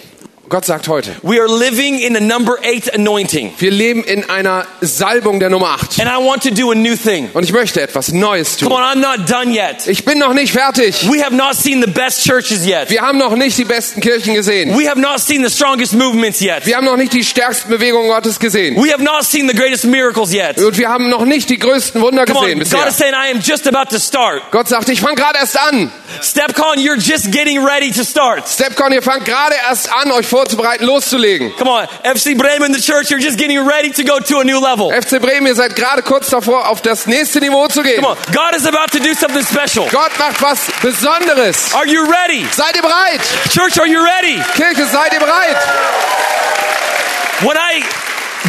Gott sagt heute, we are living in the number eight anointing. wir leben in einer Salbung der Nummer acht. And I want to do a new thing. Und ich möchte etwas Neues Come on, tun. I'm not done yet. Ich bin noch nicht fertig. We have not seen the best churches yet. Wir haben noch nicht die besten Kirchen gesehen. We have not seen the strongest movements yet. Wir haben noch nicht die stärksten Bewegungen Gottes gesehen. We have not seen the greatest miracles yet. Und wir haben noch nicht die größten Wunder Come gesehen on, God bisher. is saying, I am just about to start. Gott sagt, ich fange gerade erst an. StepCon, you're just getting ready to start. Stepcon, ihr fangt gerade erst an, euch vorzubereiten, loszulegen. Come on, FC Bremen, the church, you're just getting ready to go to a new level. FC Bremen, ihr seid gerade kurz davor, auf das nächste Niveau zu gehen. Come on, God is about to do something special. Gott macht was Besonderes. Are you ready? Seid ihr bereit? Church, are you ready? Kirche, seid ihr bereit? When I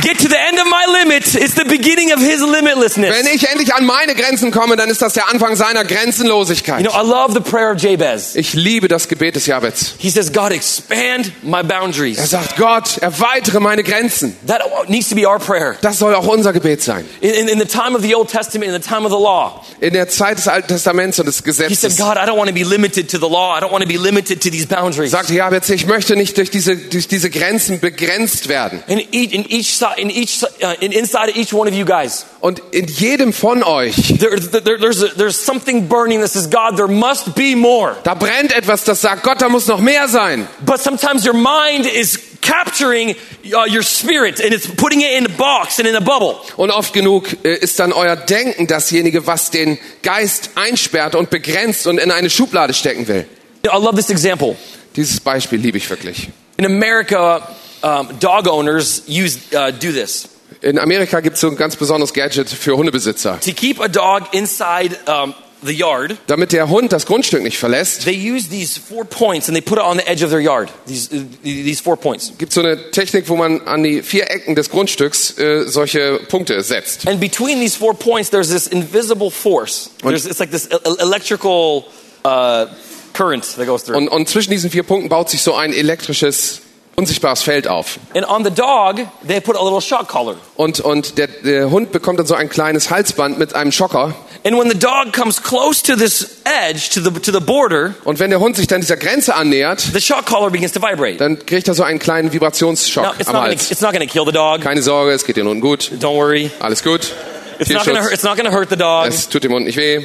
get to the end of my limit, it's the beginning of His Wenn limitlessness. ich endlich an meine Grenzen komme, dann ist das der Anfang seiner You Grenzenlosigkeit. know, I love the prayer of Jabez. Ich liebe das Gebet des Jabez. He says, God, expand my Er boundaries. sagt, Gott, erweitere meine Grenzen. That needs to be our prayer. Das soll auch unser Gebet sein. In, in, in the time of the Old Testament, in the time of the law, In der Zeit des Alten Testaments und des he said, Gesetzes God, I don't want to be limited to the law. I don't want to be limited to these boundaries. sagte Jabez, ich möchte nicht durch diese, durch diese Grenzen begrenzt werden. In each, in each, si- in each, si- uh, in inside of each one of you guys, Und in jedem von euch there, there, there's, a, there's something burning that says, God, there must be more. Da brennt etwas, das sagt, Gott, da muss noch mehr sein. But sometimes your mind is capturing uh, your spirit and it's putting it in a box and in a bubble. Und oft genug äh, ist dann euer Denken dasjenige, was den Geist einsperrt und begrenzt und in eine Schublade stecken will. I love this example. Dieses Beispiel liebe ich wirklich. In America, um, dog owners use, uh, do this. In Amerika gibt es so ein ganz besonderes Gadget für Hundebesitzer. To keep a dog inside um, the yard, Damit der Hund das Grundstück nicht verlässt, they use these four points and they put it on the edge of their yard. These, uh, these four points. gibt so eine Technik, wo man an die vier Ecken des Grundstücks äh, solche Punkte setzt. And between these four points, there's this invisible force. There's, it's like this el- electrical uh, current that goes through. Und, und zwischen diesen vier Punkten baut sich so ein elektrisches, unsichtbares Feld auf. and on the dog, they put a little shock collar. Und, und der, der Hund bekommt dann so ein kleines Halsband mit einem Schocker. And when the dog comes close to this edge, to the, to the border, Und wenn der Hund sich dann dieser Grenze annähert, the shock collar begins to vibrate. dann kriegt er so einen kleinen Now, Vibrationsschock it's am not, gonna, Hals. it's not gonna kill the dog. Keine Sorge, es geht dem Hund gut. Don't worry. Alles gut. It's not, gonna, hurt- Tierschutz. it's not gonna hurt the dog. Es tut dem Hund nicht weh.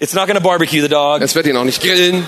It's not gonna barbecue the dog. Es wird ihn auch nicht grillen,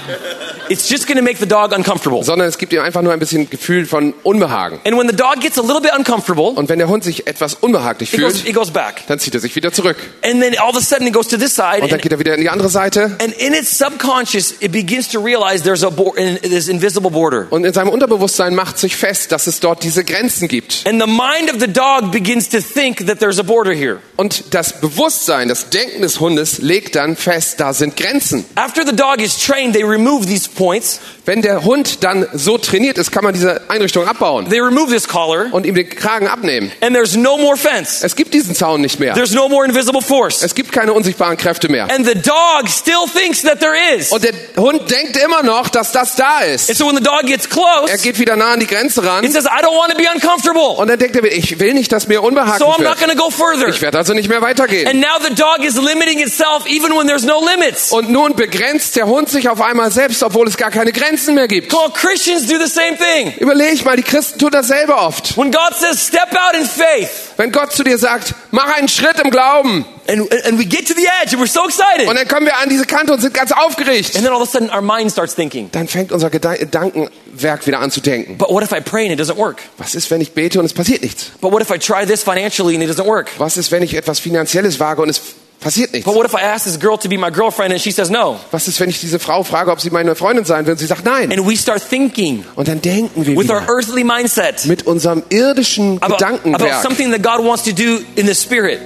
It's just gonna make the dog uncomfortable. sondern es gibt ihm einfach nur ein bisschen Gefühl von Unbehagen. And when the dog gets a little bit uncomfortable, Und wenn der Hund sich etwas unbehaglich it goes, fühlt, it goes back. dann zieht er sich wieder zurück. And then all of a sudden it goes to this side. Und dann And, geht er wieder in die andere Seite. and in its subconscious, it begins to realize there's a bor- an- this invisible border. Und in seinem Unterbewusstsein macht sich fest, dass es dort diese Grenzen gibt. And the mind of the dog begins to think that there's a border here. Und das Bewusstsein, das Denken des Hundes legt dann fest, da sind Grenzen. After the dog is trained, they remove these points. Wenn der Hund dann so trainiert ist, kann man diese Einrichtung abbauen They remove this collar, und ihm den Kragen abnehmen. and there's no more fence. Es gibt diesen Zaun nicht mehr. There's no more invisible force. Es gibt keine unsichtbaren Kräfte mehr. And the dog still thinks that there is. Und der Hund denkt immer noch, dass das da ist. And so when the dog gets Er close, geht wieder nah an die Grenze it ran says, I don't want to be uncomfortable, und dann denkt er, wieder, ich will nicht, dass mir so unbehaglich I'm not wird. going to go further. Ich werde also nicht mehr weitergehen. And now the dog is limiting itself even when there's no limits. Und nun begrenzt der Hund sich auf einmal selbst, obwohl es gar keine Grenzen mehr gibt. Well, Christians do the same thing. Überleg mal, die Christen tun dasselbe oft. When God says, step out in faith, Wenn Gott zu dir sagt, mach einen Schritt im Glauben, and, and we get to the edge and we're so excited. und And dann kommen wir an diese Kante und sind ganz aufgeregt, then all of a sudden our mind starts thinking, dann fängt unser Gedan- Gedankenwerk wieder an zu denken. but what if I pray and it doesn't work? Was ist, wenn ich bete und es passiert nichts? But what if I try this financially and it doesn't work? Was ist, wenn ich etwas Finanzielles wage und es passiert nichts? But what if I ask this girl to be my girlfriend and she says no? Was ist, wenn ich diese Frau frage, ob sie meine Freundin sein will und sie sagt nein? And we start thinking Und dann denken wir with our wieder earthly mindset mit unserem irdischen about, about Gedankenwerk something that God wants to do in the spirit.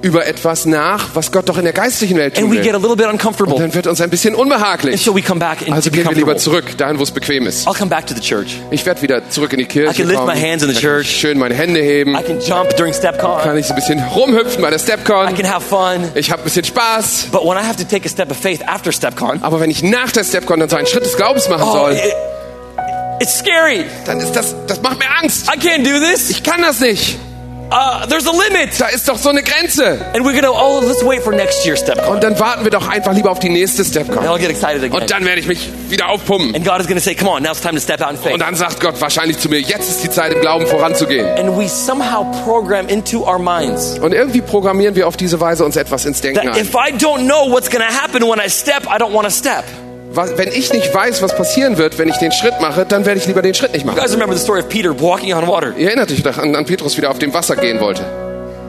über etwas nach, was Gott doch in der geistigen Welt And tun we get will. a little bit Und uncomfortable. dann wird uns ein bisschen And unbehaglich. so we come back and to Also be gehen wir lieber comfortable. zurück, dahin, wo es bequem ist. I'll come back to the church. Ich werde wieder zurück in die Kirche I can lift kommen. my hands in the Da kann ich church. Schön meine Hände heben. I can jump during step Kann con. ich so ein bisschen rumhüpfen bei der I StepCon. can have fun. Ich habe ein bisschen Spaß. But when I have to take a step of faith after StepCon, Aber wenn ich nach der StepCon dann so einen Schritt des Glaubens machen oh, soll, it, it's scary. dann ist das, das macht mir Angst. I can't do this. Ich kann das nicht. Uh, there's a limit. Da ist doch so eine Grenze. And we're going to, oh, let's wait for next year's StepCon. Und dann warten wir doch einfach lieber auf die nächste And StepCon. I'll get excited again. Und dann werde ich mich wieder aufpumpen. And God is going to say, come on, now it's time to step out in faith. Und dann sagt Gott wahrscheinlich zu mir, jetzt ist die Zeit im Glauben voranzugehen. And we somehow program into our minds Und irgendwie programmieren wir auf diese Weise uns etwas ins Denken that ein. if I don't know what's going to happen when I step, I don't want to step. Was, wenn ich nicht weiß, was passieren wird, wenn ich den Schritt mache, dann werde ich lieber den Schritt nicht machen. You guys remember the story of Peter walking on water. Ihr erinnert euch doch an, an Petrus, wie er auf dem Wasser gehen wollte.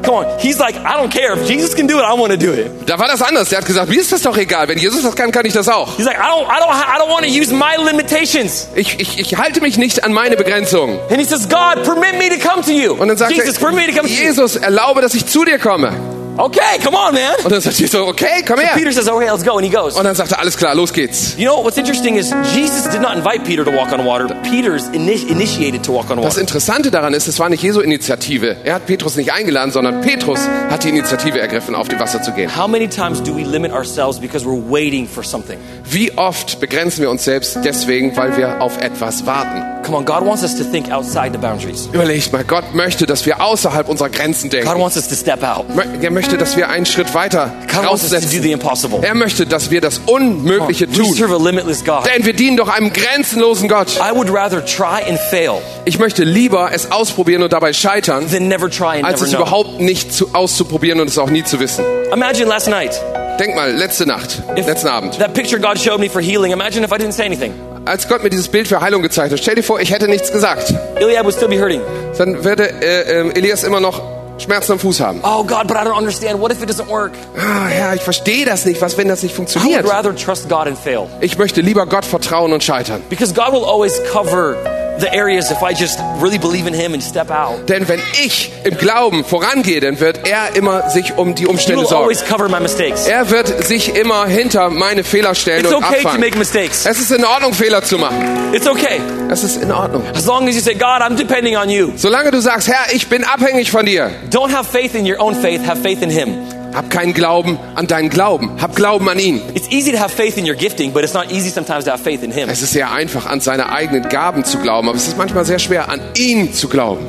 Come on. He's like, I don't care. If Jesus can do it, I want to do it. Da war das anders. Der hat gesagt, mir ist das doch egal. Wenn Jesus das kann, kann ich das auch. He's like, I don't, I don't, I don't want to use my limitations. Ich, ich, ich halte mich nicht an meine Begrenzung. And he says, God, permit me to come to you. Und dann sagt Jesus, permit me to er, come to you. Jesus, erlaube, dass ich zu dir komme. Okay, come on, man. Und dann sagt Jesus, okay, komm her. Peter says, okay, let's go. And he goes. Und dann sagt er, alles klar, los geht's. You know, what's interesting is Jesus did not invite Peter to walk on water. Peter's ini initiated to walk on Das water. Interessante daran ist, es war nicht Jesu Initiative. Er hat Petrus nicht eingeladen, sondern Petrus hat die Initiative ergriffen, auf dem Wasser zu gehen. How many times do we limit ourselves because we're waiting for something? Wie oft begrenzen wir uns selbst deswegen, weil wir auf etwas warten? Come on, God wants us to think outside the boundaries. Überlegt mal, Gott möchte, dass wir außerhalb unserer Grenzen denken. God wants us to step out. Mö- Er möchte, dass wir einen Schritt weiter God wants us to do raussetzen. the impossible. Er möchte, dass wir das Unmögliche We tun. serve a limitless God. Denn wir dienen doch einem grenzenlosen Gott. I would rather try and fail Ich möchte lieber es ausprobieren und dabei scheitern, than never try and als never es know. überhaupt nicht zu, auszuprobieren und es auch nie zu wissen. Imagine last night, Denk mal, letzte Nacht, if letzten Abend, that picture God showed me for healing. Imagine if I didn't say anything. als Gott mir dieses Bild für Heilung gezeigt hat. Stell dir vor, ich hätte nichts gesagt. Eliab would still be hurting. Dann würde äh, äh, Elias immer noch Schmerzen am Fuß haben. Oh God, but I don't understand. What if it doesn't work? Ah, ja, ich verstehe das nicht. Was, wenn das nicht I would funktioniert? rather trust God and fail. Ich möchte lieber Gott vertrauen und scheitern. Because God will always cover the areas if I just really believe in Him and step out. Denn wenn ich im Glauben vorangehe, dann wird er immer sich um die He Umstände will sorgen. always cover my mistakes. Er wird sich immer hinter meine Fehler stellen It's und okay to make abfangen. mistakes. Es ist in Ordnung, Fehler zu machen. It's okay. Es ist in Ordnung. As long as you say, God, I'm depending on you. Solange du sagst, Herr, ich bin abhängig von dir, Don't have faith in your own faith, have faith in Him. hab keinen Glauben an deinen Glauben. Hab Glauben an ihn. It's easy to have faith in your gifting, but it's not easy sometimes to have faith in Him. Es ist sehr einfach, an seine eigenen Gaben zu glauben, aber es ist manchmal sehr schwer, an ihn zu glauben.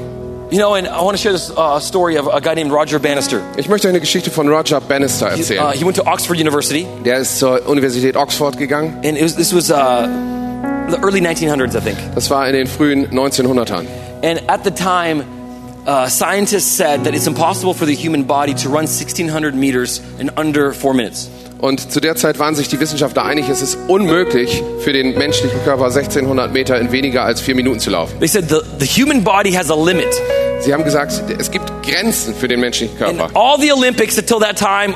You know, and I want to share this uh, story of a guy named Roger Bannister. Ich möchte euch eine Geschichte von Roger Bannister Uh, erzählen. he went to Oxford University, Der ist zur Universität Oxford gegangen. and it was, this was uh, the early 1900s, I think. Das war in den frühen 1900ern. And at the time, uh, scientists said that it's impossible for the human body to run 1,600 meters in under four minutes. Und zu der Zeit waren sich die Wissenschaftler einig, es ist unmöglich für den menschlichen Körper 1600 Meter in weniger als vier Minuten zu laufen. They said the, the human body has a limit. Sie haben gesagt, es gibt Grenzen für den menschlichen And Körper. all the Olympics until that time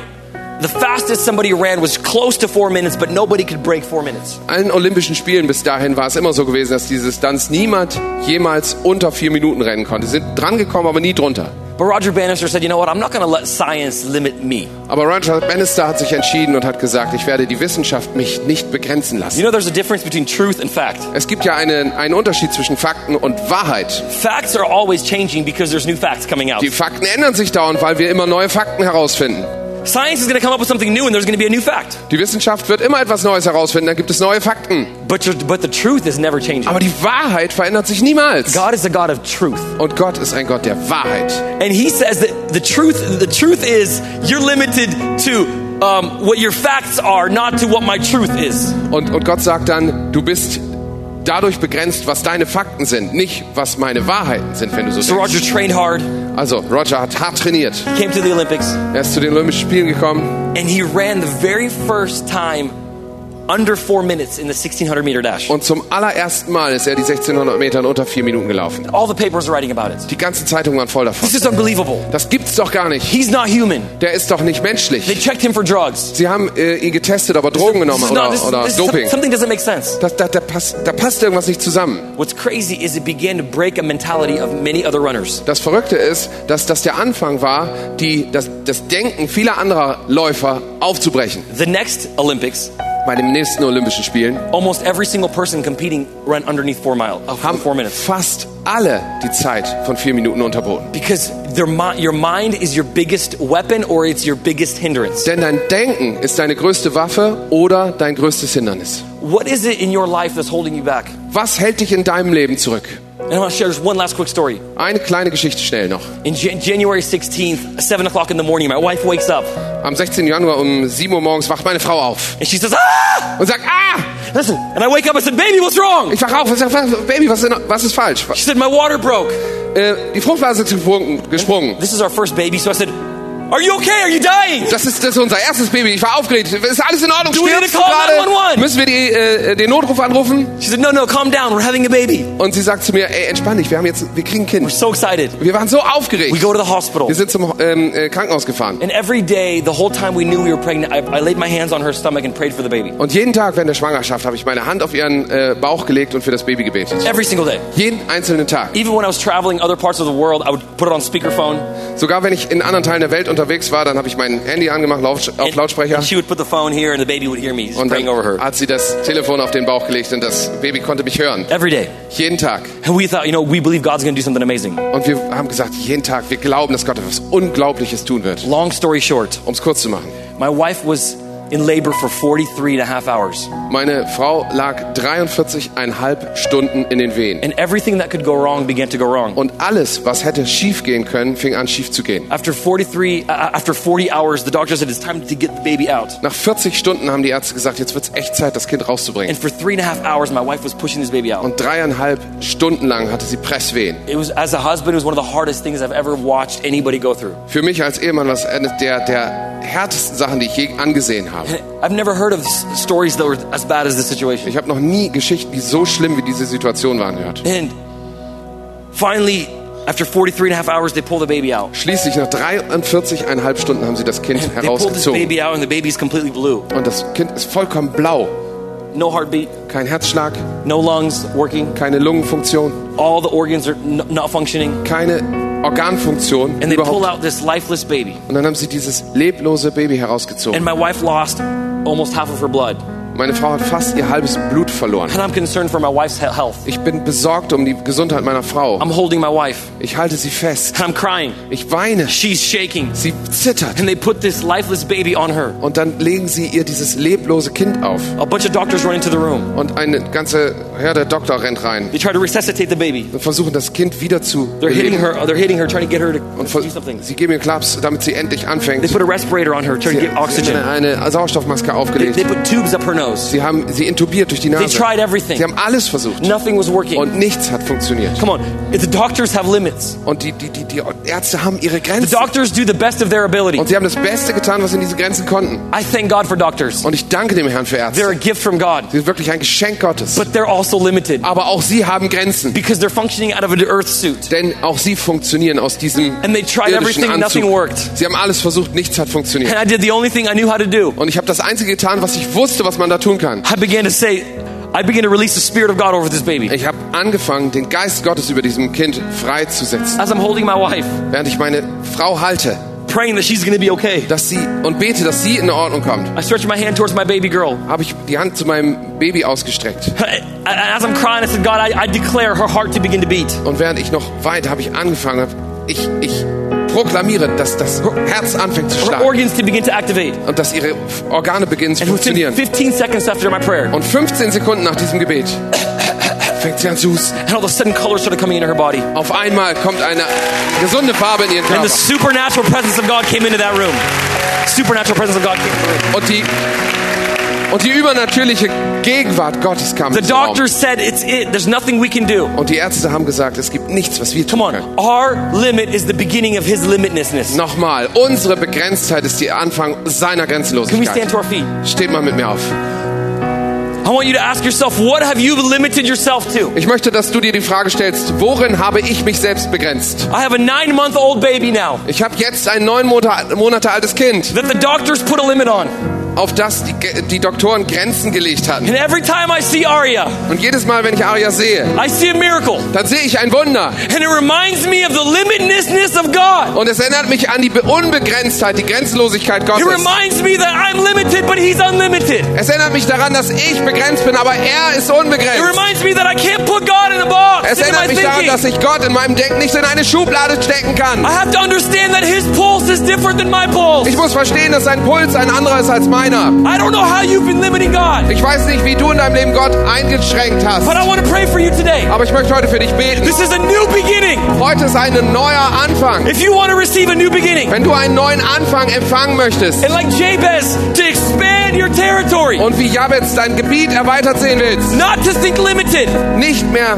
The fastest somebody ran was close to four minutes, but nobody could break four minutes. allen Olympischen Spielen bis dahin war es immer so gewesen, dass diese Distanz niemand jemals unter vier Minuten rennen konnte. Sie sind drangekommen, aber nie drunter. But Roger Bannister said, you know what, I'm not going to let science limit me. Aber Roger Bannister hat sich entschieden und hat gesagt, ich werde die Wissenschaft mich nicht begrenzen You lassen. know, there's a difference between truth and fact. Es gibt ja einen, einen Unterschied zwischen Fakten und Wahrheit. Facts are always changing because there's new facts coming out. Die Fakten ändern sich dauernd, weil wir immer neue Fakten herausfinden. Science is going to come up with something new and there's going to be a new fact. Die Wissenschaft wird immer etwas Neues herausfinden, dann gibt es neue Fakten. But, your, but the truth is never changing. Aber die Wahrheit verändert sich niemals. God is a God of truth. Und Gott ist ein Gott der Wahrheit. And he says that the truth, the truth is you're limited to um, what your facts are, not to what my truth is. Und, und Gott sagt dann, du bist dadurch begrenzt, was deine Fakten sind, nicht was meine Wahrheiten sind, wenn du so So sagst. Roger trained hard, Also, Roger hat hart trainiert. came to the Olympics, Er ist zu den Olympischen Spielen gekommen and he ran the very first time under four minutes in the 1600 meter dash. und zum allerersten Mal ist er die 1600 Meter in unter vier Minuten gelaufen. All the papers are writing about it. Die ganzen Zeitungen waren voll davon. This is unbelievable. Das gibt's doch gar nicht. He's not human. Der ist doch nicht They menschlich. checked him for drugs. Sie haben äh, ihn getestet, ob er This Drogen genommen is hat not- oder, this is- oder this is- Doping. Something doesn't make sense. Das, da, da, passt, da passt irgendwas nicht zusammen. What's crazy is it began to break a mentality of many other runners. Das Verrückte ist, dass das der Anfang war, die, das, das Denken vieler anderer Läufer aufzubrechen. The next Olympics, Bei den nächsten Olympischen Spielen almost every single person competing ran underneath four mile, uh, four, haben four minutes, fast alle die Zeit von vier Minuten unterboten. because their mi- your mind is your biggest weapon or it's your biggest hindrance. Denn dein Denken ist deine größte Waffe oder dein größtes Hindernis. What is it in your life that's holding you back? And Was hält dich in deinem Leben zurück? I want to share just one last quick story. Eine kleine Geschichte schnell noch. In Jan- January 16th, seven o'clock in the morning, my wife wakes up Am 16. Januar um 7 Uhr morgens wacht meine Frau auf and she says, "Ah!" und sagt, ah, Listen, and I wake up. I said, "Baby, what's wrong?" ich wach auf und sag, "Was- Baby, was ist, denn, was ist falsch? She said, "My water broke." Äh, die Fruchtblase ist gesprungen. gesprungen. This is our first baby, so I said, "Are you okay? Are you dying?" Das ist, das ist unser erstes Baby. Ich war aufgeregt. Ist alles in Ordnung? Do we need to Stirbst du call gerade? 911? Müssen wir die, äh, den Notruf anrufen? She said, "No, no, calm down. We're having a baby." Und sie sagt zu mir, ey, entspann dich, wir haben jetzt, wir kriegen ein Kind. So excited. Wir waren so aufgeregt. We go to the hospital. Wir sind zum ähm, äh, Krankenhaus gefahren. And every day, the whole time we knew we were pregnant, I, I laid my hands on her stomach and prayed for the baby. Und jeden Tag während der Schwangerschaft habe ich meine Hand auf ihren äh, Bauch gelegt und für das Baby gebetet. Every single day. Jeden einzelnen Tag. Even when I was traveling other parts of the world, I would put it on speakerphone. Sogar wenn ich in anderen Teilen der Welt unterwegs war, dann habe ich mein Handy angemacht laut, auf and- Lautsprecher. and she would put the phone here, and the baby would hear me just Und praying over dann her. hat sie das Telefon auf den Bauch gelegt und das Baby konnte mich hören. Every day. Jeden Tag. And we thought, you know, we believe God's going to do something amazing. Und wir haben gesagt, jeden Tag, wir glauben, dass Gott etwas Unglaubliches tun wird. Long story short, Um es kurz zu machen. my wife was in labor for 43 and a half hours. Meine Frau lag 43,5 Stunden in den Wehen. And everything that could go wrong began to go wrong. Und alles, was hätte schief gehen können, fing an schief zu gehen. After 43, uh, after 40 hours, the doctor said, it's time to get the baby out. Nach 40 Stunden haben die Ärzte gesagt, jetzt wird es echt Zeit, das Kind And rauszubringen. for three and a half hours, my wife was pushing this baby out. Und dreieinhalb Stunden lang hatte sie Presswehen. It was, as a husband, it was one of the hardest things I've ever watched anybody go through. Für mich als Ehemann war es eine der, der härtesten Sachen, die ich je angesehen habe. I've never heard of s- stories that were as bad as this situation. Ich habe noch nie Geschichten, die so schlimm wie diese Situation waren, gehört. And finally, after 43 and a half hours, they pull the baby out. Schließlich nach 43,5 Stunden haben sie das Kind They pulled this herausgezogen. baby out, and the baby's completely blue. Und das Kind ist vollkommen blau. No heartbeat, Kein Herzschlag, no lungs working, keine Lungenfunktion, all the organs are n- not functioning. keine Organfunktion And they pull überhaupt. out this lifeless baby. Und dann haben sie dieses leblose Baby herausgezogen. And my wife lost almost half of her blood. Meine Frau hat fast ihr halbes Blut verloren. And I'm concerned for my wife's he- health. Ich bin besorgt um die Gesundheit meiner Frau. I'm holding my wife, Ich halte sie fest. and I'm crying. Ich weine. She's shaking. Sie zittert. And they put this lifeless baby on her. Und dann legen sie ihr dieses leblose Kind auf. A bunch of doctors run into the room. Und eine ganze Herde Doktor rennt rein They try to resuscitate the baby. und versuchen das Kind wieder zu They're hitting beleben. her. uh, They're hitting her, trying to get her to Und ver- do something. sie geben ihr Klaps, damit sie endlich anfängt. They Sie put a respirator on her, trying to sie get haben oxygen. eine, eine Sauerstoffmaske They, aufgelegt. they put tubes up her nose. Sie haben sie intubiert durch die Nase. tried everything. Sie haben alles versucht Nothing was working. und nichts hat funktioniert. Come on, the doctors have limits. Und die, die, die, die Ärzte haben ihre The Grenzen. doctors do the best of their ability. Und sie haben das Beste getan, was sie in diese Grenzen konnten. I thank God for doctors. Und ich danke dem Herrn für They're Ärzte. a gift from God, Sie sind wirklich ein Geschenk Gottes. but they're also limited Aber auch sie haben Grenzen. because they're functioning out of an earth suit. Denn auch sie funktionieren aus diesem And they tried irdischen everything, nothing Anzug. worked. Sie haben alles versucht, nichts hat And funktioniert. I did the only thing I knew how to do. Und ich habe das Einzige getan, was ich wusste, was man da tun kann. I began to say, I began to release the Spirit of God over this baby. Ich habe angefangen, den Geist Gottes über diesem Kind freizusetzen. As I'm holding my wife, Während ich meine Frau halte, praying that she's going to be okay, dass sie und bete, dass sie in Ordnung kommt, I stretch my hand towards my baby girl. habe ich die Hand zu meinem Baby ausgestreckt. And As I'm crying, I said, God, I, I declare her heart to begin to beat. Und während ich noch weiter habe ich angefangen, hab, ich, ich proklamiere, dass das Herz anfängt zu Her schlagen organs to begin to activate. und dass ihre Organe beginnen zu And within funktionieren. 15 seconds after my prayer, Und 15 Sekunden nach diesem Gebet fängt sie an zu husten. and all of a sudden colors started coming into her body. Auf einmal kommt eine gesunde Farbe in ihren And Körper the supernatural presence of God came into that room. Supernatural presence of God came into the room. und die und die übernatürliche Gegenwart Gottes kam. The ins Raum. doctor said, It's it. There's nothing we can do. Und die Ärzte haben gesagt, es gibt nichts, was wir Come tun können. on. Our limit is the beginning of his limitlessness. Nochmal, unsere Begrenztheit ist der Anfang Can we seiner stand Grenzenlosigkeit. to our feet? Steht mal mit mir auf. I want you to ask yourself, what have you limited yourself to? Ich möchte, dass du dir die Frage stellst, worin habe ich mich selbst begrenzt? I have a nine month old baby now Ich habe jetzt ein neun Monate, Monate altes Kind, that the doctors put a limit on. auf das die, die Doktoren Grenzen gelegt hatten. And every time I see Aria, Und jedes Mal, wenn ich Aria sehe, I see a miracle. dann sehe ich ein Wunder. And it reminds me of the limitlessness of God. Und es erinnert mich an die Be- Unbegrenztheit, die Grenzenlosigkeit It Gottes. reminds me that I'm limited, but He's unlimited. Es erinnert mich daran, dass ich begrenzt bin, aber er ist It unbegrenzt. reminds me that I can't put God in a box. Es into my erinnert mich daran, thinking. dass ich Gott in meinem Denken nicht in eine Schublade stecken kann. I have to understand that His pulse is different than my pulse. Ich muss verstehen, dass sein Puls ein anderer ist als meiner. I don't know how you've been limiting God, Ich weiß nicht, wie du in deinem Leben Gott eingeschränkt hast. but I want to pray for you today. Aber ich möchte heute für dich beten. This is a new beginning. Heute ist ein neuer Anfang. If you want to receive a new beginning, Wenn du einen neuen Anfang empfangen möchtest and like Jabez, to expand your territory, und wie Jabez dein Gebiet erweitert sehen willst, not to think limited. nicht mehr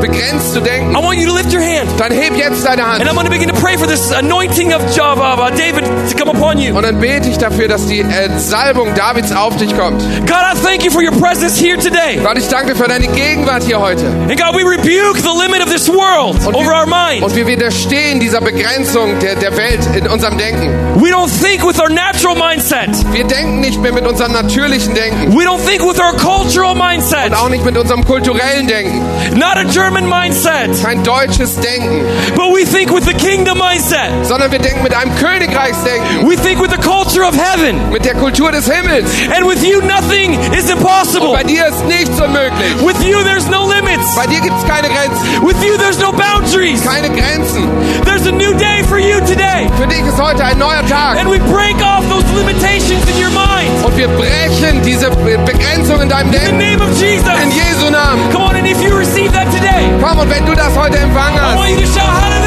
begrenzt zu denken, I want you to lift your hand, dann heb jetzt deine and Hand. I'm going to begin to pray for this anointing of Java, uh, David, to come upon you. Und dann bete ich dafür, dass die äh, Salbung Davids auf dich kommt. God, I thank you for your presence here today. Gott, ich danke für deine Gegenwart hier heute. And God, we rebuke the limit of this world Und over our wir, mind. und wir widerstehen dieser Begrenzung der, der Welt in unserem Denken. We don't think with our natural mindset. Wir denken nicht mehr mit unserem natürlichen Denken. We don't think with our cultural Und auch mindset. nicht mit unserem kulturellen Denken. Not a German mindset, Kein deutsches Denken. but we think with the kingdom mindset. Sondern wir denken mit einem Königreichsdenken. We think with the culture of heaven. Mit der Kultur des Himmels. And with you, nothing is impossible. Bei dir ist nichts unmöglich. With you, there's no limits. Bei dir gibt es keine Grenzen. With you, there's no boundaries. Keine Grenzen. There's a new day for you today. Für dich ist heute ein neuer Tag. And we break off those limitations in your mind. Und wir brechen diese Be- Begrenzung in deinem In the Denken. name of Jesus. In Jesu Namen. Come on, and if you receive that today, Komm, und wenn du das heute empfangen I hast, want you to shout